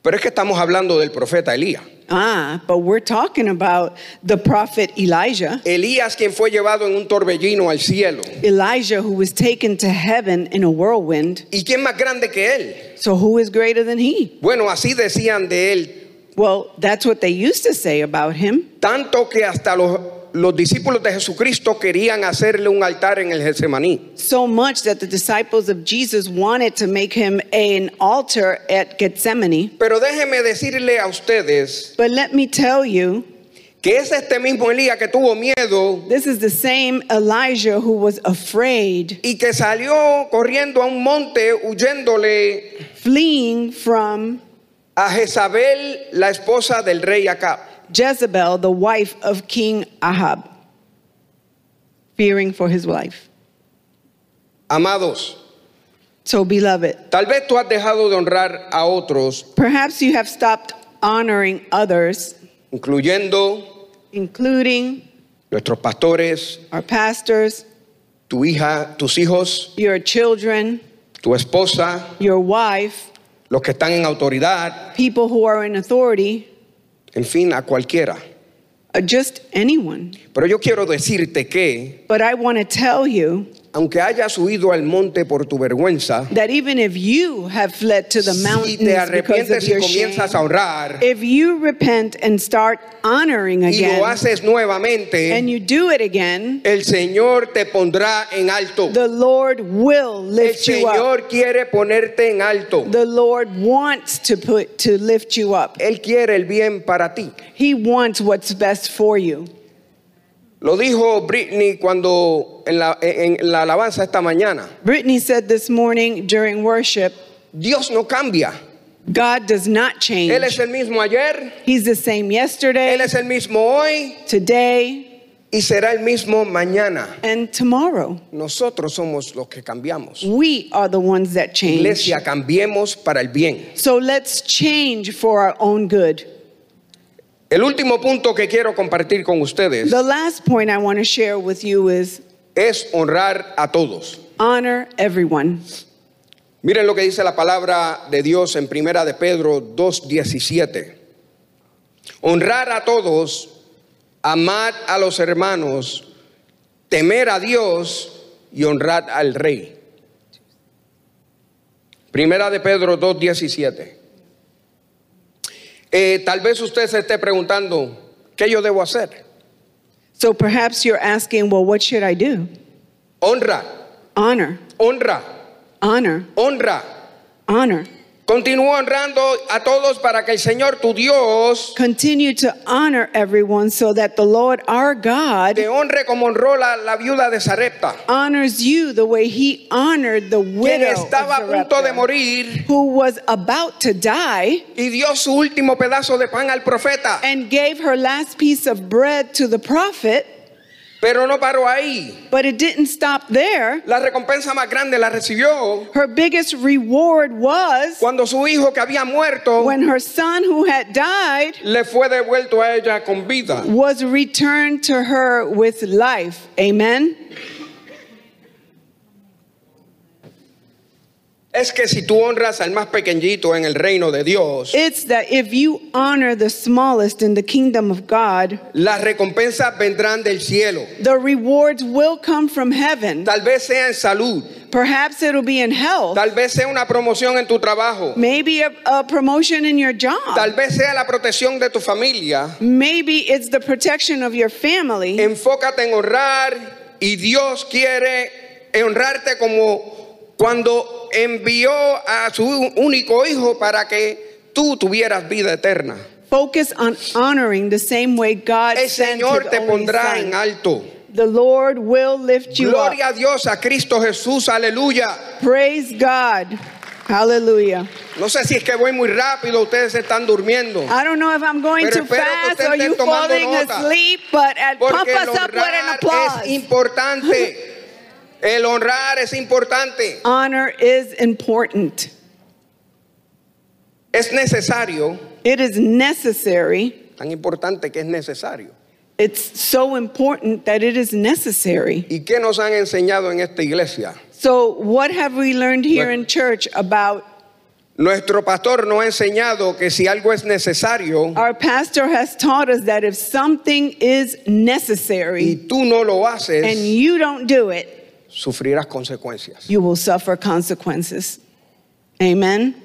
S2: pero es que estamos hablando del profeta Elías.
S3: ah, but we're talking about the prophet Elijah.
S2: Elías quien fue llevado en un torbellino al cielo.
S3: Elijah, who was taken to heaven in a whirlwind.
S2: ¿Y quién más grande que él?
S3: So, who is greater than he?
S2: Bueno, así decían de él,
S3: Well, that's what they used to say about him.
S2: tanto que hasta los, los discípulos de Jesucristo querían hacerle un altar en el Getsemaní.
S3: So much that the disciples of Jesus wanted to make him an altar at Gethsemane.
S2: Pero déjeme decirle a ustedes
S3: But let me tell you,
S2: que es este mismo Elías que tuvo miedo
S3: this is the same Elijah who was afraid,
S2: y que salió corriendo a un monte huyéndole
S3: fleeing from
S2: a Jezabel, la esposa del rey Acab.
S3: Jezebel, the wife of King Ahab, fearing for his life.
S2: Amados,
S3: So, beloved,
S2: tal vez tú has dejado de honrar a otros,
S3: perhaps you have stopped honoring others,
S2: incluyendo
S3: including
S2: nuestros pastores,
S3: our pastors,
S2: tu hija, tus hijos,
S3: your children,
S2: tu esposa,
S3: your wife,
S2: los que están en autoridad,
S3: people who are in authority,
S2: en fin, a cualquiera.
S3: uh, just anyone.
S2: Pero yo quiero decirte que,
S3: But I want to tell you
S2: aunque hayas huido al monte por tu vergüenza,
S3: that even if you have fled to the
S2: si
S3: mountains
S2: te
S3: because of
S2: arrepientes y
S3: your shame,
S2: comienzas a honrar
S3: if you repent and start honoring
S2: y lo
S3: again,
S2: haces nuevamente,
S3: and you do it again,
S2: el Señor te pondrá en alto.
S3: the Lord will
S2: El
S3: lift you up.
S2: Señor quiere ponerte en alto.
S3: The Lord wants to put to lift you up.
S2: Él quiere el bien para ti.
S3: He wants what's best for you.
S2: Lo dijo Britney cuando en la, en la alabanza esta mañana.
S3: Brittany said this morning during worship,
S2: Dios no cambia.
S3: God does not change.
S2: Él es el mismo ayer,
S3: He's the same yesterday,
S2: Él es el mismo hoy
S3: today,
S2: y será el mismo mañana.
S3: and tomorrow.
S2: Nosotros somos los que cambiamos.
S3: We are the ones that change.
S2: Iglesia, cambiemos para el bien.
S3: So let's change for our own good.
S2: El último punto que quiero compartir con ustedes
S3: The last point I want to share with you is
S2: es honrar a todos.
S3: honor everyone.
S2: Miren lo que dice la palabra de Dios en Primera de Pedro 2:17. Honrar a todos, amad a los hermanos, temer a Dios y honrad al rey. Primera de Pedro 2:17. Eh, tal vez usted se esté preguntando, ¿qué yo debo hacer?
S3: So perhaps you're asking, well, what should I do?
S2: Honra,
S3: Honor,
S2: honra,
S3: Honor,
S2: honra.
S3: honor.
S2: Continúa honrando a todos para que el Señor tu Dios
S3: Continue to honor everyone so that the Lord our God
S2: te honre como honró la, la viuda de Sarepta,
S3: honors you the way he honored the
S2: quien
S3: widow of
S2: estaba a punto de
S3: Zarephath,
S2: morir
S3: who was about to die
S2: y dio su último pedazo de pan al profeta.
S3: and gave her last piece of bread to the prophet,
S2: Pero no paró ahí.
S3: but it didn't stop there.
S2: La recompensa más grande la recibió
S3: Her biggest reward was
S2: cuando su hijo que había muerto
S3: when her son who had died
S2: le fue devuelto a ella con vida.
S3: was returned to her with life. Amen.
S2: Es que si tú honras al más pequeñito en el reino de Dios,
S3: It's that if you honor the smallest in the kingdom of God,
S2: las recompensas vendrán del cielo.
S3: the rewards will come from heaven.
S2: Tal vez sea en salud,
S3: Perhaps it'll be in health,
S2: tal vez sea una promoción en tu trabajo,
S3: maybe a, a promotion in your
S2: tal
S3: job,
S2: vez sea la protección de tu familia.
S3: maybe it's the protection of your family.
S2: Enfócate en honrar y Dios quiere honrarte como cuando envió a su único hijo para que tú tuvieras vida eterna.
S3: Focus on honoring the same way God
S2: El
S3: sent his
S2: Señor te
S3: only
S2: pondrá en
S3: son.
S2: alto.
S3: The Lord will lift you up.
S2: Gloria a Dios, a Cristo Jesús, aleluya.
S3: Praise God. Hallelujah.
S2: No sé si es que voy muy rápido, ustedes se están durmiendo.
S3: I don't know if I'm going
S2: Pero
S3: too
S2: espero que
S3: fast
S2: usted
S3: or
S2: esté
S3: you
S2: tomando
S3: falling
S2: nota.
S3: asleep, but uh, pump
S2: Porque el
S3: us up with an
S2: honrar
S3: applause.
S2: es importante. El honrar es importante.
S3: Honor is important.
S2: Es necesario.
S3: It is necessary.
S2: Tan importante que es necesario.
S3: It's so important that it is necessary.
S2: ¿Y qué nos han enseñado en esta iglesia?
S3: So, what have we learned here in church about
S2: Nuestro pastor nos ha enseñado que si algo es necesario
S3: our pastor has taught us that if something is
S2: y
S3: necessary
S2: tú no lo
S3: and
S2: haces,
S3: you don't do it,
S2: sufrirás consecuencias.
S3: you will suffer consequences. Amen.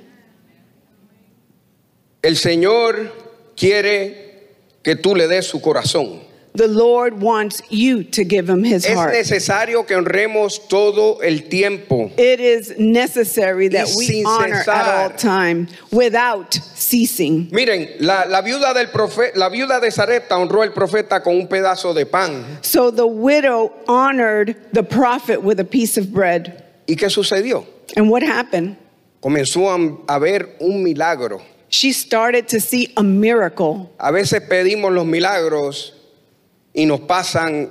S2: El Señor quiere que tú le des su corazón.
S3: The Lord wants you to give him his
S2: Es
S3: heart.
S2: necesario que honremos todo el tiempo.
S3: It is necessary that
S2: Y
S3: we
S2: sin
S3: honor at all
S2: cesar.
S3: time without ceasing.
S2: Miren, la, la viuda del profe- la viuda de Sarepta honró al profeta con un pedazo de pan.
S3: So the widow honored the prophet with a piece of bread.
S2: ¿Y qué sucedió?
S3: And what happened?
S2: Comenzó a, a ver un milagro.
S3: She started to see a miracle.
S2: A veces pedimos los milagros y nos pasan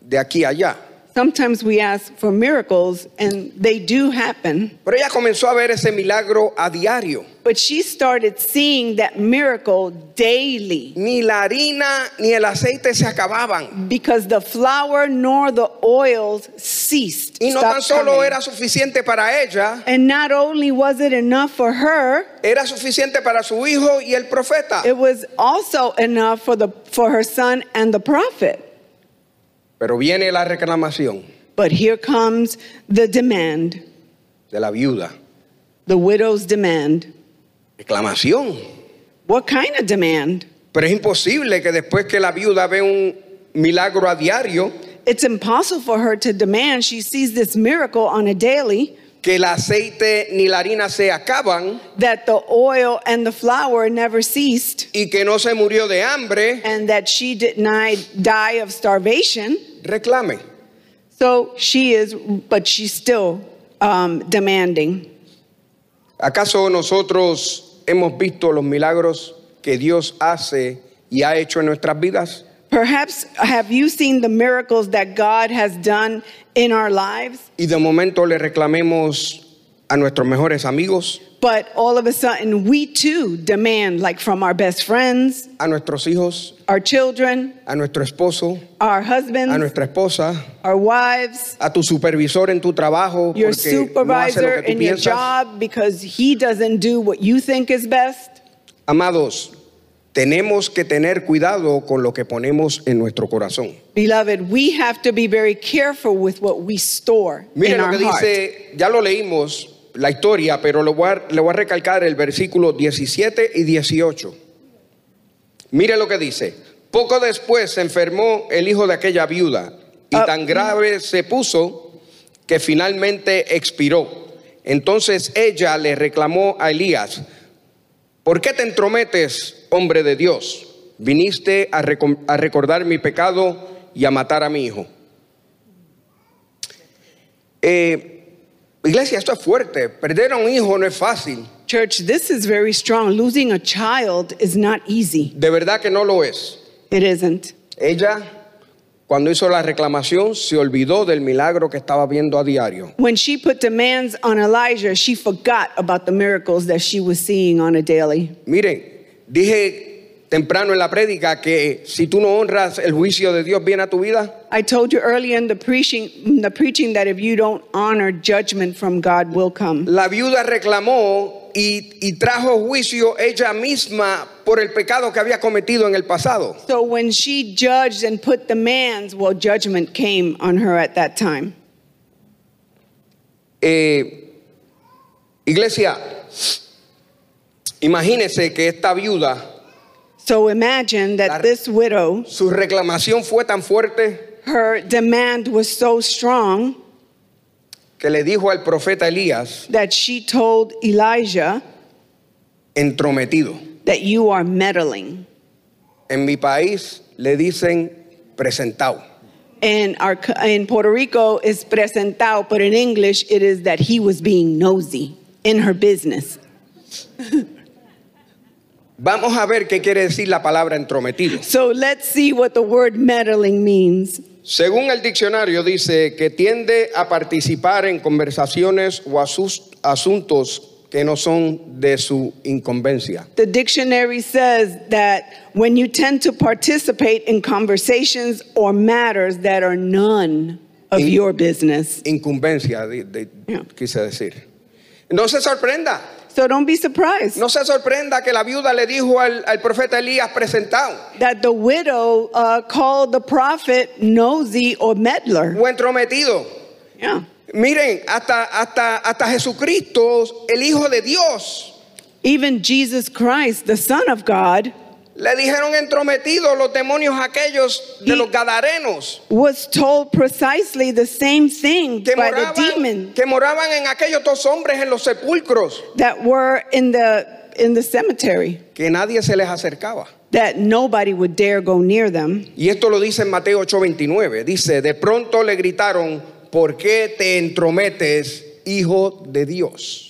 S2: de aquí a allá.
S3: Sometimes we ask for miracles and they do happen.
S2: Pero ella comenzó a ver ese milagro a diario.
S3: But she started seeing that miracle daily
S2: Ni la harina ni el aceite se acababan.
S3: because the flour nor the oils ceased.
S2: Y no
S3: stopped
S2: tan solo
S3: coming.
S2: era suficiente para ella,
S3: And not only was it enough for her,
S2: era suficiente para su hijo y el profeta.
S3: it was also enough for the for her son and the prophet.
S2: Pero viene la reclamación
S3: But here comes the demand,
S2: de la viuda.
S3: the widow's demand.
S2: Reclamación.
S3: What kind of demand?
S2: Pero es imposible que después que la viuda ve un milagro a diario,
S3: It's impossible for her to demand. She sees this miracle on a daily
S2: que el aceite ni la harina se acaban
S3: that the oil and the flour never ceased
S2: y que no se murió de hambre,
S3: and that she did not die of starvation.
S2: reclame.
S3: So she is, but she's still um, demanding.
S2: ¿Acaso nosotros hemos visto los milagros que Dios hace y ha hecho en nuestras vidas?
S3: Perhaps have you seen the miracles that God has done in our lives,
S2: Y de momento le reclamemos a nuestros mejores amigos,
S3: but all of a sudden we too demand, like from our best friends,
S2: a nuestros hijos,
S3: our children,
S2: a nuestro esposo,
S3: our
S2: a
S3: husbands,
S2: nuestra esposa,
S3: our wives,
S2: a tu supervisor en tu trabajo, porque no
S3: your
S2: hace lo que
S3: supervisor
S2: tú
S3: in your
S2: piensas.
S3: job because he doesn't do what you think is best.
S2: Amados, tenemos que tener cuidado con lo que ponemos en nuestro corazón.
S3: Beloved, we have to be very careful with what we store in
S2: Miren lo
S3: our
S2: que
S3: heart.
S2: dice, ya lo leímos la historia, pero lo voy a- le voy a recalcar el versículo 17 y 18. Mire lo que dice. Poco después se enfermó el hijo de aquella viuda y
S3: Ah.
S2: tan grave se puso que finalmente expiró. Entonces ella le reclamó a Elías, ¿por qué te entrometes, hombre de Dios? Viniste a, recom- a recordar mi pecado y a matar a mi hijo. Eh, iglesia, esto es fuerte. Perder a un hijo no es fácil.
S3: Church, this is very strong. Losing a child is not easy.
S2: De verdad que no lo es.
S3: It isn't.
S2: Ella, cuando hizo la reclamación, se olvidó del milagro que estaba viendo a diario.
S3: When she put demands on Elijah, she forgot about the miracles that she was seeing on a daily.
S2: Miren, dije temprano en la prédica que si tú no honras el juicio de Dios viene a tu vida.
S3: I told you earlier in the preaching, in the preaching that if you don't honor, judgment from God will come.
S2: La viuda reclamó y, y trajo juicio ella misma por el pecado que había cometido en el pasado.
S3: So when she judged and put demands, well, judgment came on her at that time.
S2: Eh, iglesia, imagínese que esta viuda,
S3: So imagine
S2: La-
S3: that this widow,
S2: su reclamación fue tan fuerte
S3: her demand was so strong
S2: que le dijo al profeta Elías,
S3: that she told Elijah
S2: entrometido.
S3: that you are meddling.
S2: En mi país le dicen presentado.
S3: In, our, co- in Puerto Rico, is presentado, but in English, it is that he was being nosy in her business.
S2: Vamos a ver qué quiere decir la palabra entrometido.
S3: So let's see what the word meddling means.
S2: Según el diccionario dice que tiende a participar en conversaciones o asus- asuntos que no son de su incumbencia.
S3: The dictionary says that when you tend to participate in conversations or matters that are none of
S2: In-
S3: your business.
S2: Incumbencia, di- di-
S3: Yeah.
S2: quise decir. No se sorprenda,
S3: So don't be surprised
S2: no se sorprenda que la viuda le dijo al, al profeta Elías presentado
S3: that the widow uh, called the prophet nosy or meddler.
S2: o entrometido.
S3: Yeah.
S2: Miren, hasta, hasta, hasta Jesucristo, el Hijo de Dios,
S3: Even Jesus Christ, the Son of God,
S2: Le dijeron entrometidos los demonios aquellos de
S3: Y-
S2: los gadarenos
S3: was told precisely the same thing
S2: que
S3: by the
S2: moraban,
S3: demon
S2: que moraban en aquellos dos hombres en los sepulcros,
S3: that were in the in the cemetery
S2: que nadie se les acercaba.
S3: that nobody would dare go near them.
S2: Y esto lo dice en Mateo 8:29. Dice, de pronto le gritaron, ¿por qué te entrometes, hijo de Dios?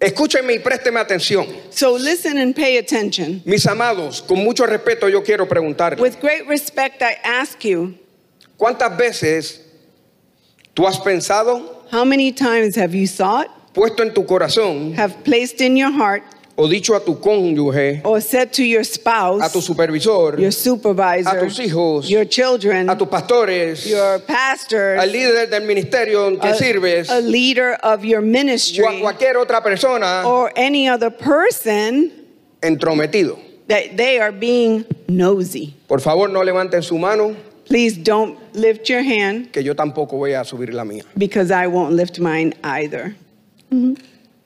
S2: Escúchenme y présteme atención.
S3: So listen and pay attention.
S2: Mis amados, con mucho respeto yo quiero preguntarles,
S3: With great respect I ask you,
S2: ¿cuántas veces tú has pensado,
S3: how many times have you thought,
S2: puesto en tu corazón
S3: have placed in your heart
S2: o dicho a tu cónyuge,
S3: or said to your
S2: a tu
S3: spouse,
S2: supervisor,
S3: your supervisor,
S2: a tus hijos,
S3: your children,
S2: a tus pastores,
S3: your pastors,
S2: al líder del ministerio en que
S3: a,
S2: sirves,
S3: a leader of your ministry,
S2: o a cualquier otra persona
S3: or any other person
S2: entrometido.
S3: that they are being nosy.
S2: Por favor, no levanten su mano,
S3: Please don't lift your hand
S2: que yo tampoco voy a subir la mía.
S3: because I won't lift mine either.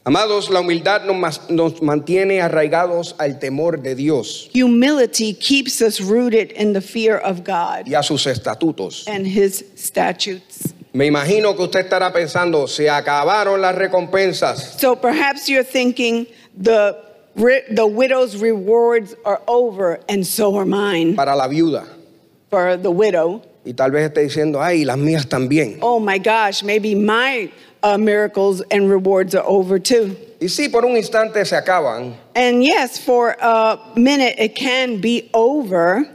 S2: Amados, la humildad nos, mas- nos mantiene arraigados al temor de Dios
S3: Humility keeps us rooted in the fear of God
S2: y a sus estatutos.
S3: and his statutes.
S2: Me imagino que usted estará pensando, se acabaron las recompensas.
S3: So perhaps you're thinking the ri- the widow's rewards are over and so are mine
S2: para la viuda.
S3: for the widow.
S2: Y tal vez esté diciendo, ay, las mías también.
S3: Oh my gosh, maybe my uh, miracles and rewards are over too.
S2: Y sí, por un instante se acaban,
S3: And yes, for a minute it can be over.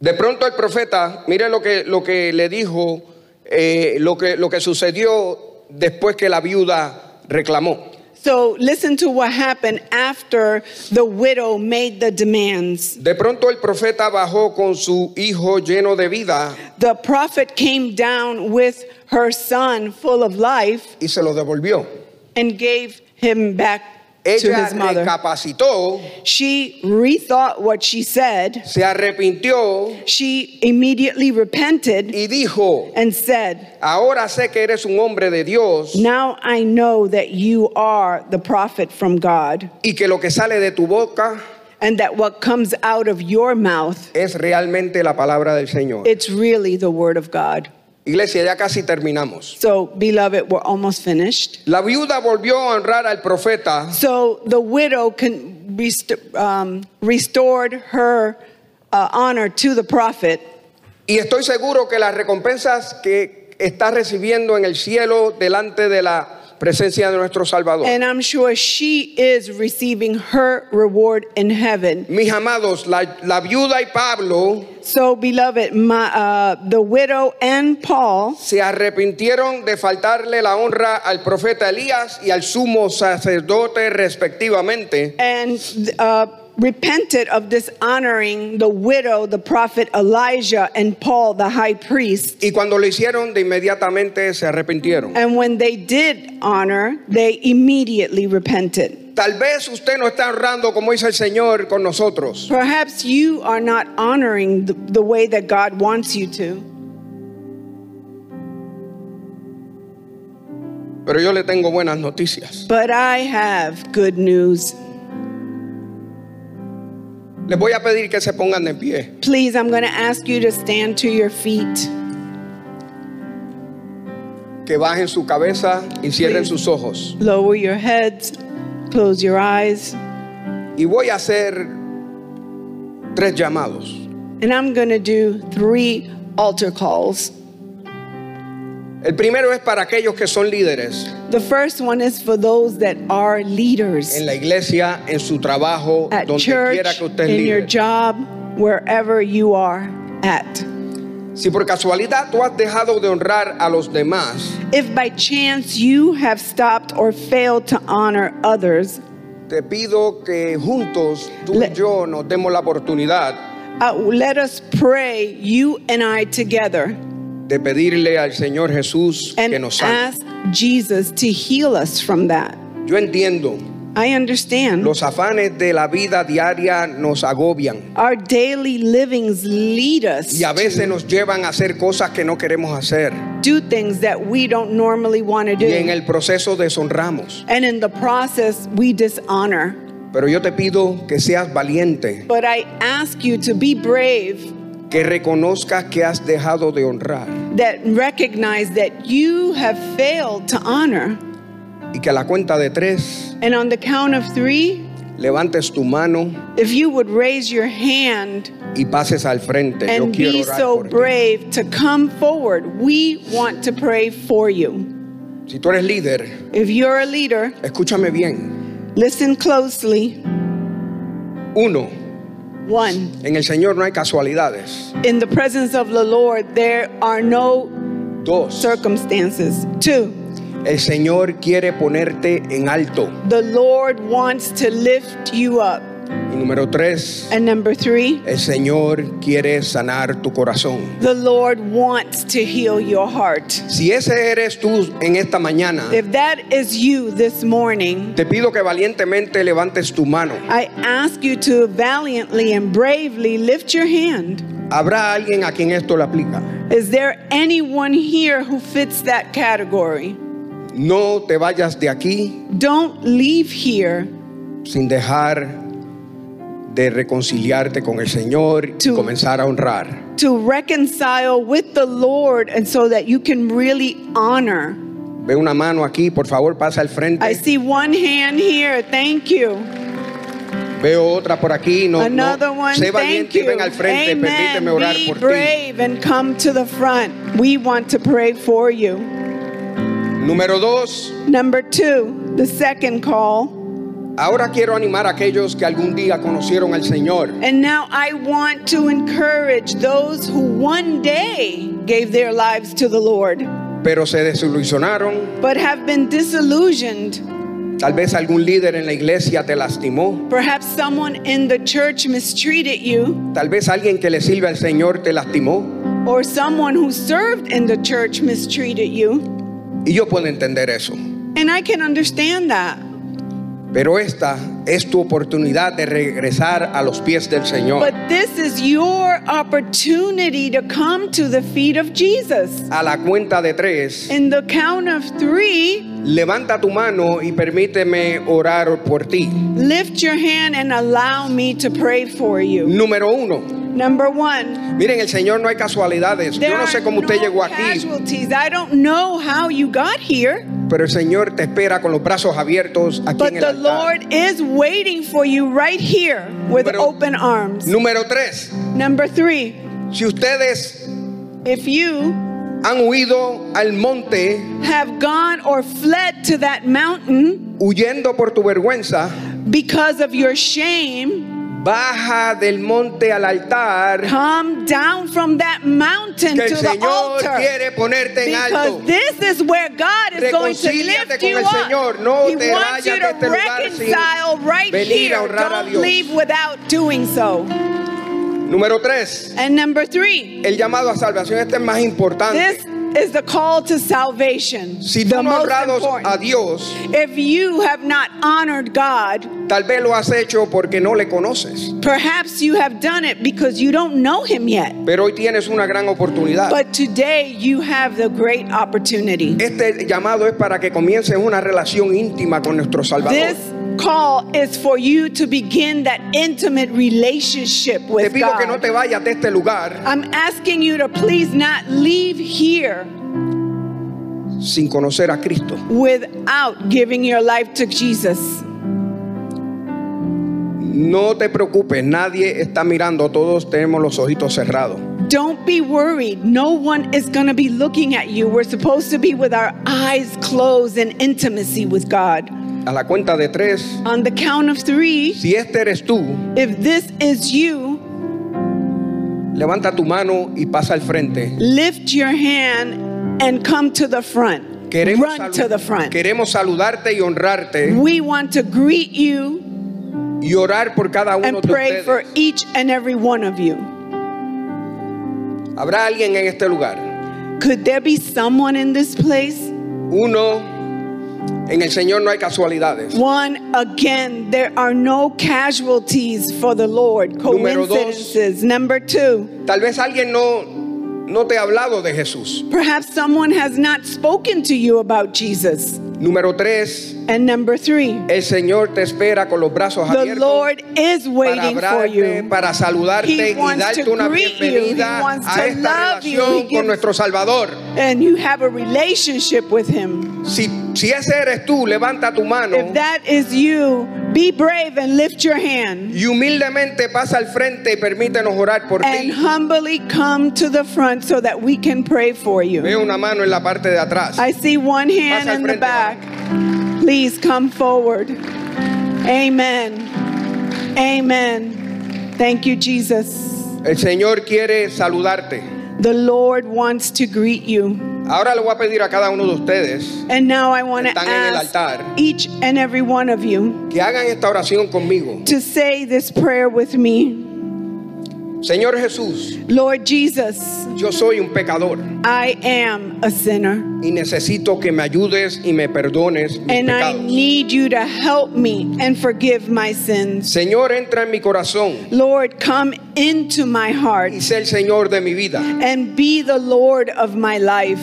S2: De pronto el profeta, mire lo que, lo que le dijo, eh, lo, que, lo que sucedió después que la viuda reclamó.
S3: So listen to what happened after the widow made the demands.
S2: De pronto el profeta bajó con su hijo lleno de vida
S3: The prophet came down with her son full of life
S2: y se lo devolvió.
S3: and gave him back to
S2: Ella
S3: his mother.
S2: recapacitó,
S3: She rethought what she said.
S2: se arrepintió
S3: She immediately repented
S2: y dijo,
S3: and said,
S2: ahora sé que eres un hombre de Dios
S3: Now I know that you are the prophet from God
S2: y que lo que sale de tu boca
S3: and that what comes out of your mouth,
S2: es realmente la palabra del Señor.
S3: it's really the word of God.
S2: Iglesia, ya casi terminamos.
S3: So, beloved, we're almost finished.
S2: La viuda volvió a honrar al profeta
S3: So the widow can rest- um, restored her uh, honor to the prophet.
S2: y estoy seguro que las recompensas que está recibiendo en el cielo delante de la presencia de nuestro Salvador.
S3: And I'm sure she is receiving her reward in heaven.
S2: Mis amados, la, la viuda y Pablo
S3: So, beloved, my, uh, the widow and Paul
S2: se arrepintieron de faltarle la honra al profeta Elías y al sumo sacerdote respectivamente.
S3: and uh, repented of dishonoring the widow, the prophet Elijah, and Paul, the high priest.
S2: Y cuando lo hicieron, de inmediatamente se arrepintieron.
S3: And when they did honor, they immediately repented.
S2: Tal vez usted no está honrando como hizo el Señor con nosotros.
S3: Perhaps you are not honoring the, the way that God wants you to,
S2: Pero yo le tengo buenas noticias.
S3: but I have good news.
S2: Les voy a pedir que se pongan de pie.
S3: Please, I'm going to ask you to stand to your feet,
S2: Que bajen su cabeza y cierren sus ojos.
S3: lower your heads, close your eyes,
S2: Y voy a hacer tres llamados.
S3: and I'm going to do three altar calls.
S2: El primero es para aquellos que son líderes
S3: The first one is for those that are leaders
S2: en la iglesia, en su trabajo,
S3: at
S2: donde
S3: church,
S2: quiera que usted es
S3: in your
S2: líder.
S3: job, wherever you are at.
S2: Si por casualidad tú has dejado de honrar a los demás,
S3: If by chance you have stopped or failed to honor others,
S2: te pido que juntos tú y
S3: Le-
S2: yo nos demos la oportunidad
S3: Uh, let us pray, you and I together,
S2: de pedirle al Señor Jesús
S3: and
S2: que nos sane.
S3: ask Jesus to heal us from that.
S2: Yo entiendo,
S3: I understand.
S2: los afanes de la vida diaria nos agobian
S3: Our daily livings lead us
S2: y a veces nos llevan a hacer cosas que no queremos hacer
S3: to do things that we don't normally want to do.
S2: y en el proceso deshonramos.
S3: and in the process, we dishonor.
S2: Pero yo te pido que seas valiente,
S3: But I ask you to be brave,
S2: que reconozcas que has dejado de honrar
S3: that recognize that you have failed to honor.
S2: y que a la cuenta de tres
S3: And on the count of three,
S2: levantes tu mano
S3: if you would raise your hand,
S2: y pases al frente. Yo
S3: and
S2: quiero
S3: be
S2: orar
S3: so
S2: por ti.
S3: brave to come forward. We want to pray for you.
S2: Si tú eres líder,
S3: If you're a leader,
S2: escúchame bien.
S3: listen closely.
S2: Uno,
S3: One,
S2: en el Señor no hay casualidades.
S3: in the presence of the Lord, there are no
S2: Dos,
S3: circumstances. Two,
S2: el Señor quiere ponerte en alto.
S3: the Lord wants to lift you up.
S2: Y número tres,
S3: And number three,
S2: el Señor quiere sanar tu corazón.
S3: the Lord wants to heal your heart.
S2: Si ese eres tú en esta mañana,
S3: If that is you this morning,
S2: te pido que valientemente levantes tu mano.
S3: I ask you to valiantly and bravely lift your hand.
S2: Habrá alguien a quien esto le aplica.
S3: Is there anyone here who fits that category?
S2: No te vayas de aquí
S3: Don't leave here
S2: sin dejar de reconciliarte con el Señor y
S3: Tú.
S2: comenzar a honrar.
S3: to reconcile with the Lord and so that you can really honor.
S2: Ve una mano aquí, por favor, pasa al
S3: I
S2: frente.
S3: see one hand here. Thank you.
S2: Veo otra por aquí. No,
S3: Another
S2: no.
S3: one.
S2: Sé
S3: Thank
S2: valiente y
S3: you.
S2: ven al frente. Permíteme
S3: Amen.
S2: orar
S3: Be
S2: por
S3: brave and come to the front. We want to pray for you.
S2: ti. Número dos.
S3: Number two, the second call.
S2: Ahora quiero animar a aquellos que algún día conocieron al Señor.
S3: And now I want to encourage those who one day gave their lives to the Lord.
S2: pero se desilusionaron.
S3: but have been disillusioned.
S2: Tal vez algún líder en la iglesia te lastimó.
S3: Perhaps someone in the church mistreated you,
S2: Tal vez alguien que le sirve al Señor te lastimó.
S3: or someone who served in the church mistreated you.
S2: Y yo puedo entender eso.
S3: And I can understand that.
S2: Pero esta es tu oportunidad de regresar a los pies del Señor,
S3: But this is your opportunity to come to the feet of Jesus.
S2: a la cuenta de tres.
S3: In the count of three,
S2: Levanta tu mano y permíteme orar por ti.
S3: lift your hand and allow me to pray for you.
S2: Número uno.
S3: Number one,
S2: Miren, el Señor no hay casualidades.
S3: there
S2: Yo no sé
S3: are
S2: cómo usted
S3: no
S2: llegó aquí,
S3: casualties. I don't know how you got here,
S2: pero el Señor te espera con los brazos abiertos aquí
S3: but
S2: en el
S3: the
S2: altar.
S3: Lord is waiting for you right here with
S2: Número-
S3: open arms.
S2: Número tres.
S3: Number three,
S2: Si ustedes
S3: if you
S2: han huido al monte
S3: have gone or fled to that mountain
S2: huyendo por tu vergüenza,
S3: because of your shame,
S2: baja del monte al altar,
S3: Come down from that mountain
S2: que el
S3: to the
S2: Señor
S3: altar.
S2: quiere ponerte en alto.
S3: Because this is where God is going to
S2: Reconcíliate
S3: lift
S2: con
S3: you
S2: el
S3: up.
S2: Señor. No
S3: he
S2: te
S3: wants
S2: vayas
S3: you
S2: de
S3: to
S2: este lugar sin
S3: reconcile right
S2: venir a
S3: here.
S2: honrar a
S3: Don't
S2: Dios.
S3: leave without doing so.
S2: Número tres.
S3: And number three,
S2: El llamado a salvación, este es más
S3: this
S2: importante.
S3: is the call to salvation.
S2: Si
S3: the
S2: tú no has
S3: most
S2: honrado a
S3: important.
S2: Dios,
S3: If you have not honored God,
S2: tal vez lo has hecho porque no le conoces.
S3: perhaps you have done it because you don't know Him yet.
S2: Pero hoy tienes una gran oportunidad.
S3: But today you have the great opportunity.
S2: Este llamado es para que comiences una relación íntima con nuestro Salvador.
S3: This call is for you to begin that intimate relationship
S2: Te
S3: with
S2: pido que no
S3: God.
S2: te vayas de este lugar
S3: I'm asking you to please not leave here
S2: sin conocer a Cristo.
S3: without giving your life to Jesus.
S2: No te preocupes, nadie está mirando, todos tenemos los ojitos cerrados.
S3: Don't be worried. No one is going to be looking at you. We're supposed to be with our eyes closed in intimacy with God.
S2: A la cuenta de tres,
S3: On the count of three,
S2: si este eres tú,
S3: if this is you,
S2: levanta tu mano y pasa al frente.
S3: lift your hand and come to the front.
S2: Queremos,
S3: Run
S2: salu-
S3: to the front.
S2: queremos saludarte y honrarte
S3: We want to greet you
S2: y orar por cada uno
S3: and
S2: de
S3: pray for
S2: ustedes.
S3: each and every one of you.
S2: Habrá alguien en este lugar.
S3: Could there be someone in this place?
S2: Uno, en el Señor no hay casualidades.
S3: One, again, there are no casualties for the Lord,
S2: Número dos.
S3: coincidences. Number two,
S2: Tal vez alguien no, no te ha hablado de Jesús.
S3: perhaps someone has not spoken to you about Jesus.
S2: Número tres,
S3: And number three,
S2: el Señor te espera con los brazos
S3: the
S2: abiertos.
S3: Lord is
S2: para
S3: waiting for
S2: hablarte,
S3: you.
S2: para saludarte
S3: He
S2: y
S3: wants
S2: darte
S3: to
S2: una
S3: greet you. He
S2: bienvenida
S3: wants to
S2: a esta
S3: love you. He
S2: relación con
S3: gives-
S2: nuestro Salvador.
S3: And you have a relationship with Him.
S2: Si, si ese eres tú, levanta tu mano
S3: If that is you, be brave and lift your hand.
S2: y humildemente pasa al frente y permítenos orar por ti.
S3: and humbly come to the front so that we can pray for you.
S2: Veo una mano en la parte de atrás.
S3: I see one hand
S2: Pasa al
S3: in the
S2: frente,
S3: back. Please come forward. Amen. Amen. Thank you, Jesus.
S2: El Señor quiere saludarte.
S3: The Lord wants to greet you.
S2: Ahora le voy a pedir a cada uno de ustedes
S3: And now I want to
S2: Están en el altar.
S3: ask each and every one of you
S2: que hagan esta oración conmigo.
S3: to say this prayer with me.
S2: Señor Jesús,
S3: Lord Jesus,
S2: yo soy un pecador
S3: I am a sinner.
S2: y necesito que me ayudes y me perdones mis
S3: And I
S2: pecados.
S3: need you to help me and forgive my sins.
S2: Señor, entra en mi corazón.
S3: Lord, come into my heart
S2: y sé el Señor de mi vida.
S3: and be the Lord of my life.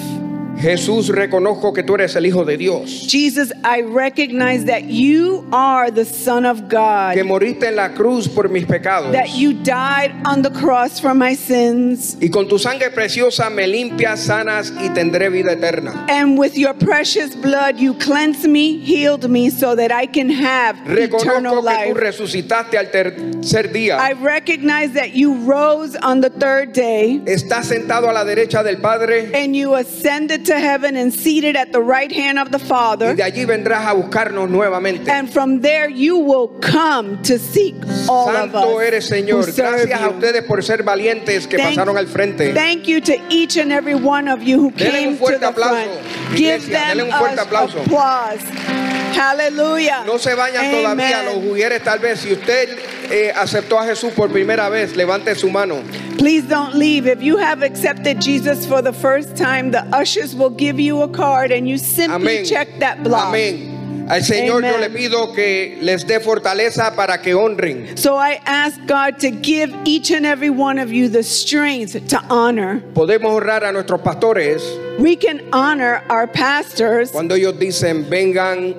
S2: Jesús, reconozco que tú eres el Hijo de Dios,
S3: Jesus, I recognize that you are the Son of
S2: que
S3: God,
S2: moriste en la cruz por mis pecados
S3: that you died on the cross for my sins,
S2: y con tu sangre preciosa me limpias, sanas y tendré vida eterna.
S3: and with your precious blood you cleansed me, healed me, so that I can have eternal
S2: Reconozco que tú
S3: life.
S2: resucitaste al tercer
S3: I
S2: día.
S3: recognize that you rose on the third day.
S2: Estás sentado a la derecha del Padre
S3: And you ascended to heaven and seated at the right hand of the
S2: y
S3: Father.
S2: de allí vendrás a buscarnos nuevamente.
S3: And from there you will come to seek all of us.
S2: Santo eres
S3: who
S2: Señor.
S3: serve
S2: Gracias a
S3: you.
S2: ustedes por ser valientes que
S3: Thank-
S2: pasaron al frente.
S3: Thank you to each and every one of you who
S2: Denle un
S3: came to
S2: fuerte
S3: the front.
S2: aplauso,
S3: Give
S2: iglesia,
S3: them
S2: denle un fuerte
S3: us
S2: aplauso.
S3: applause. Hallelujah.
S2: No se vayan todavía
S3: Amen.
S2: los juguetes tal vez. Si usted eh, aceptó a Jesús por primera vez, levante su mano.
S3: Please don't leave. If you have accepted Jesus for the first time, the ushers will give you a card and you simply
S2: Amén.
S3: check that block.
S2: Amén. Al Señor yo
S3: Amen.
S2: le pido que les dé fortaleza para que honren.
S3: So I ask God to give each and every one of you the strength to honor.
S2: Podemos honrar a nuestros pastores
S3: We can honor our pastors
S2: cuando ellos dicen vengan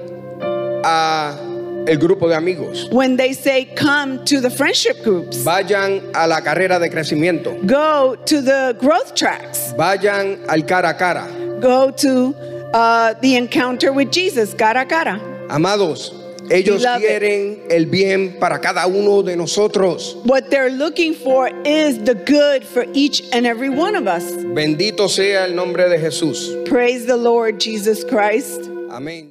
S2: a el grupo de amigos,
S3: when they say, Come to the friendship groups,
S2: vayan a la carrera de crecimiento,
S3: go to the growth tracks,
S2: vayan al cara a cara.
S3: go to uh, the encounter with Jesus, cara a cara.
S2: Amados, ellos
S3: Beloved.
S2: quieren el bien para cada uno de nosotros.
S3: What they're looking for is the good for each and every one of us.
S2: Bendito sea el nombre de Jesús.
S3: Praise the Lord Jesus Christ.
S2: Amén.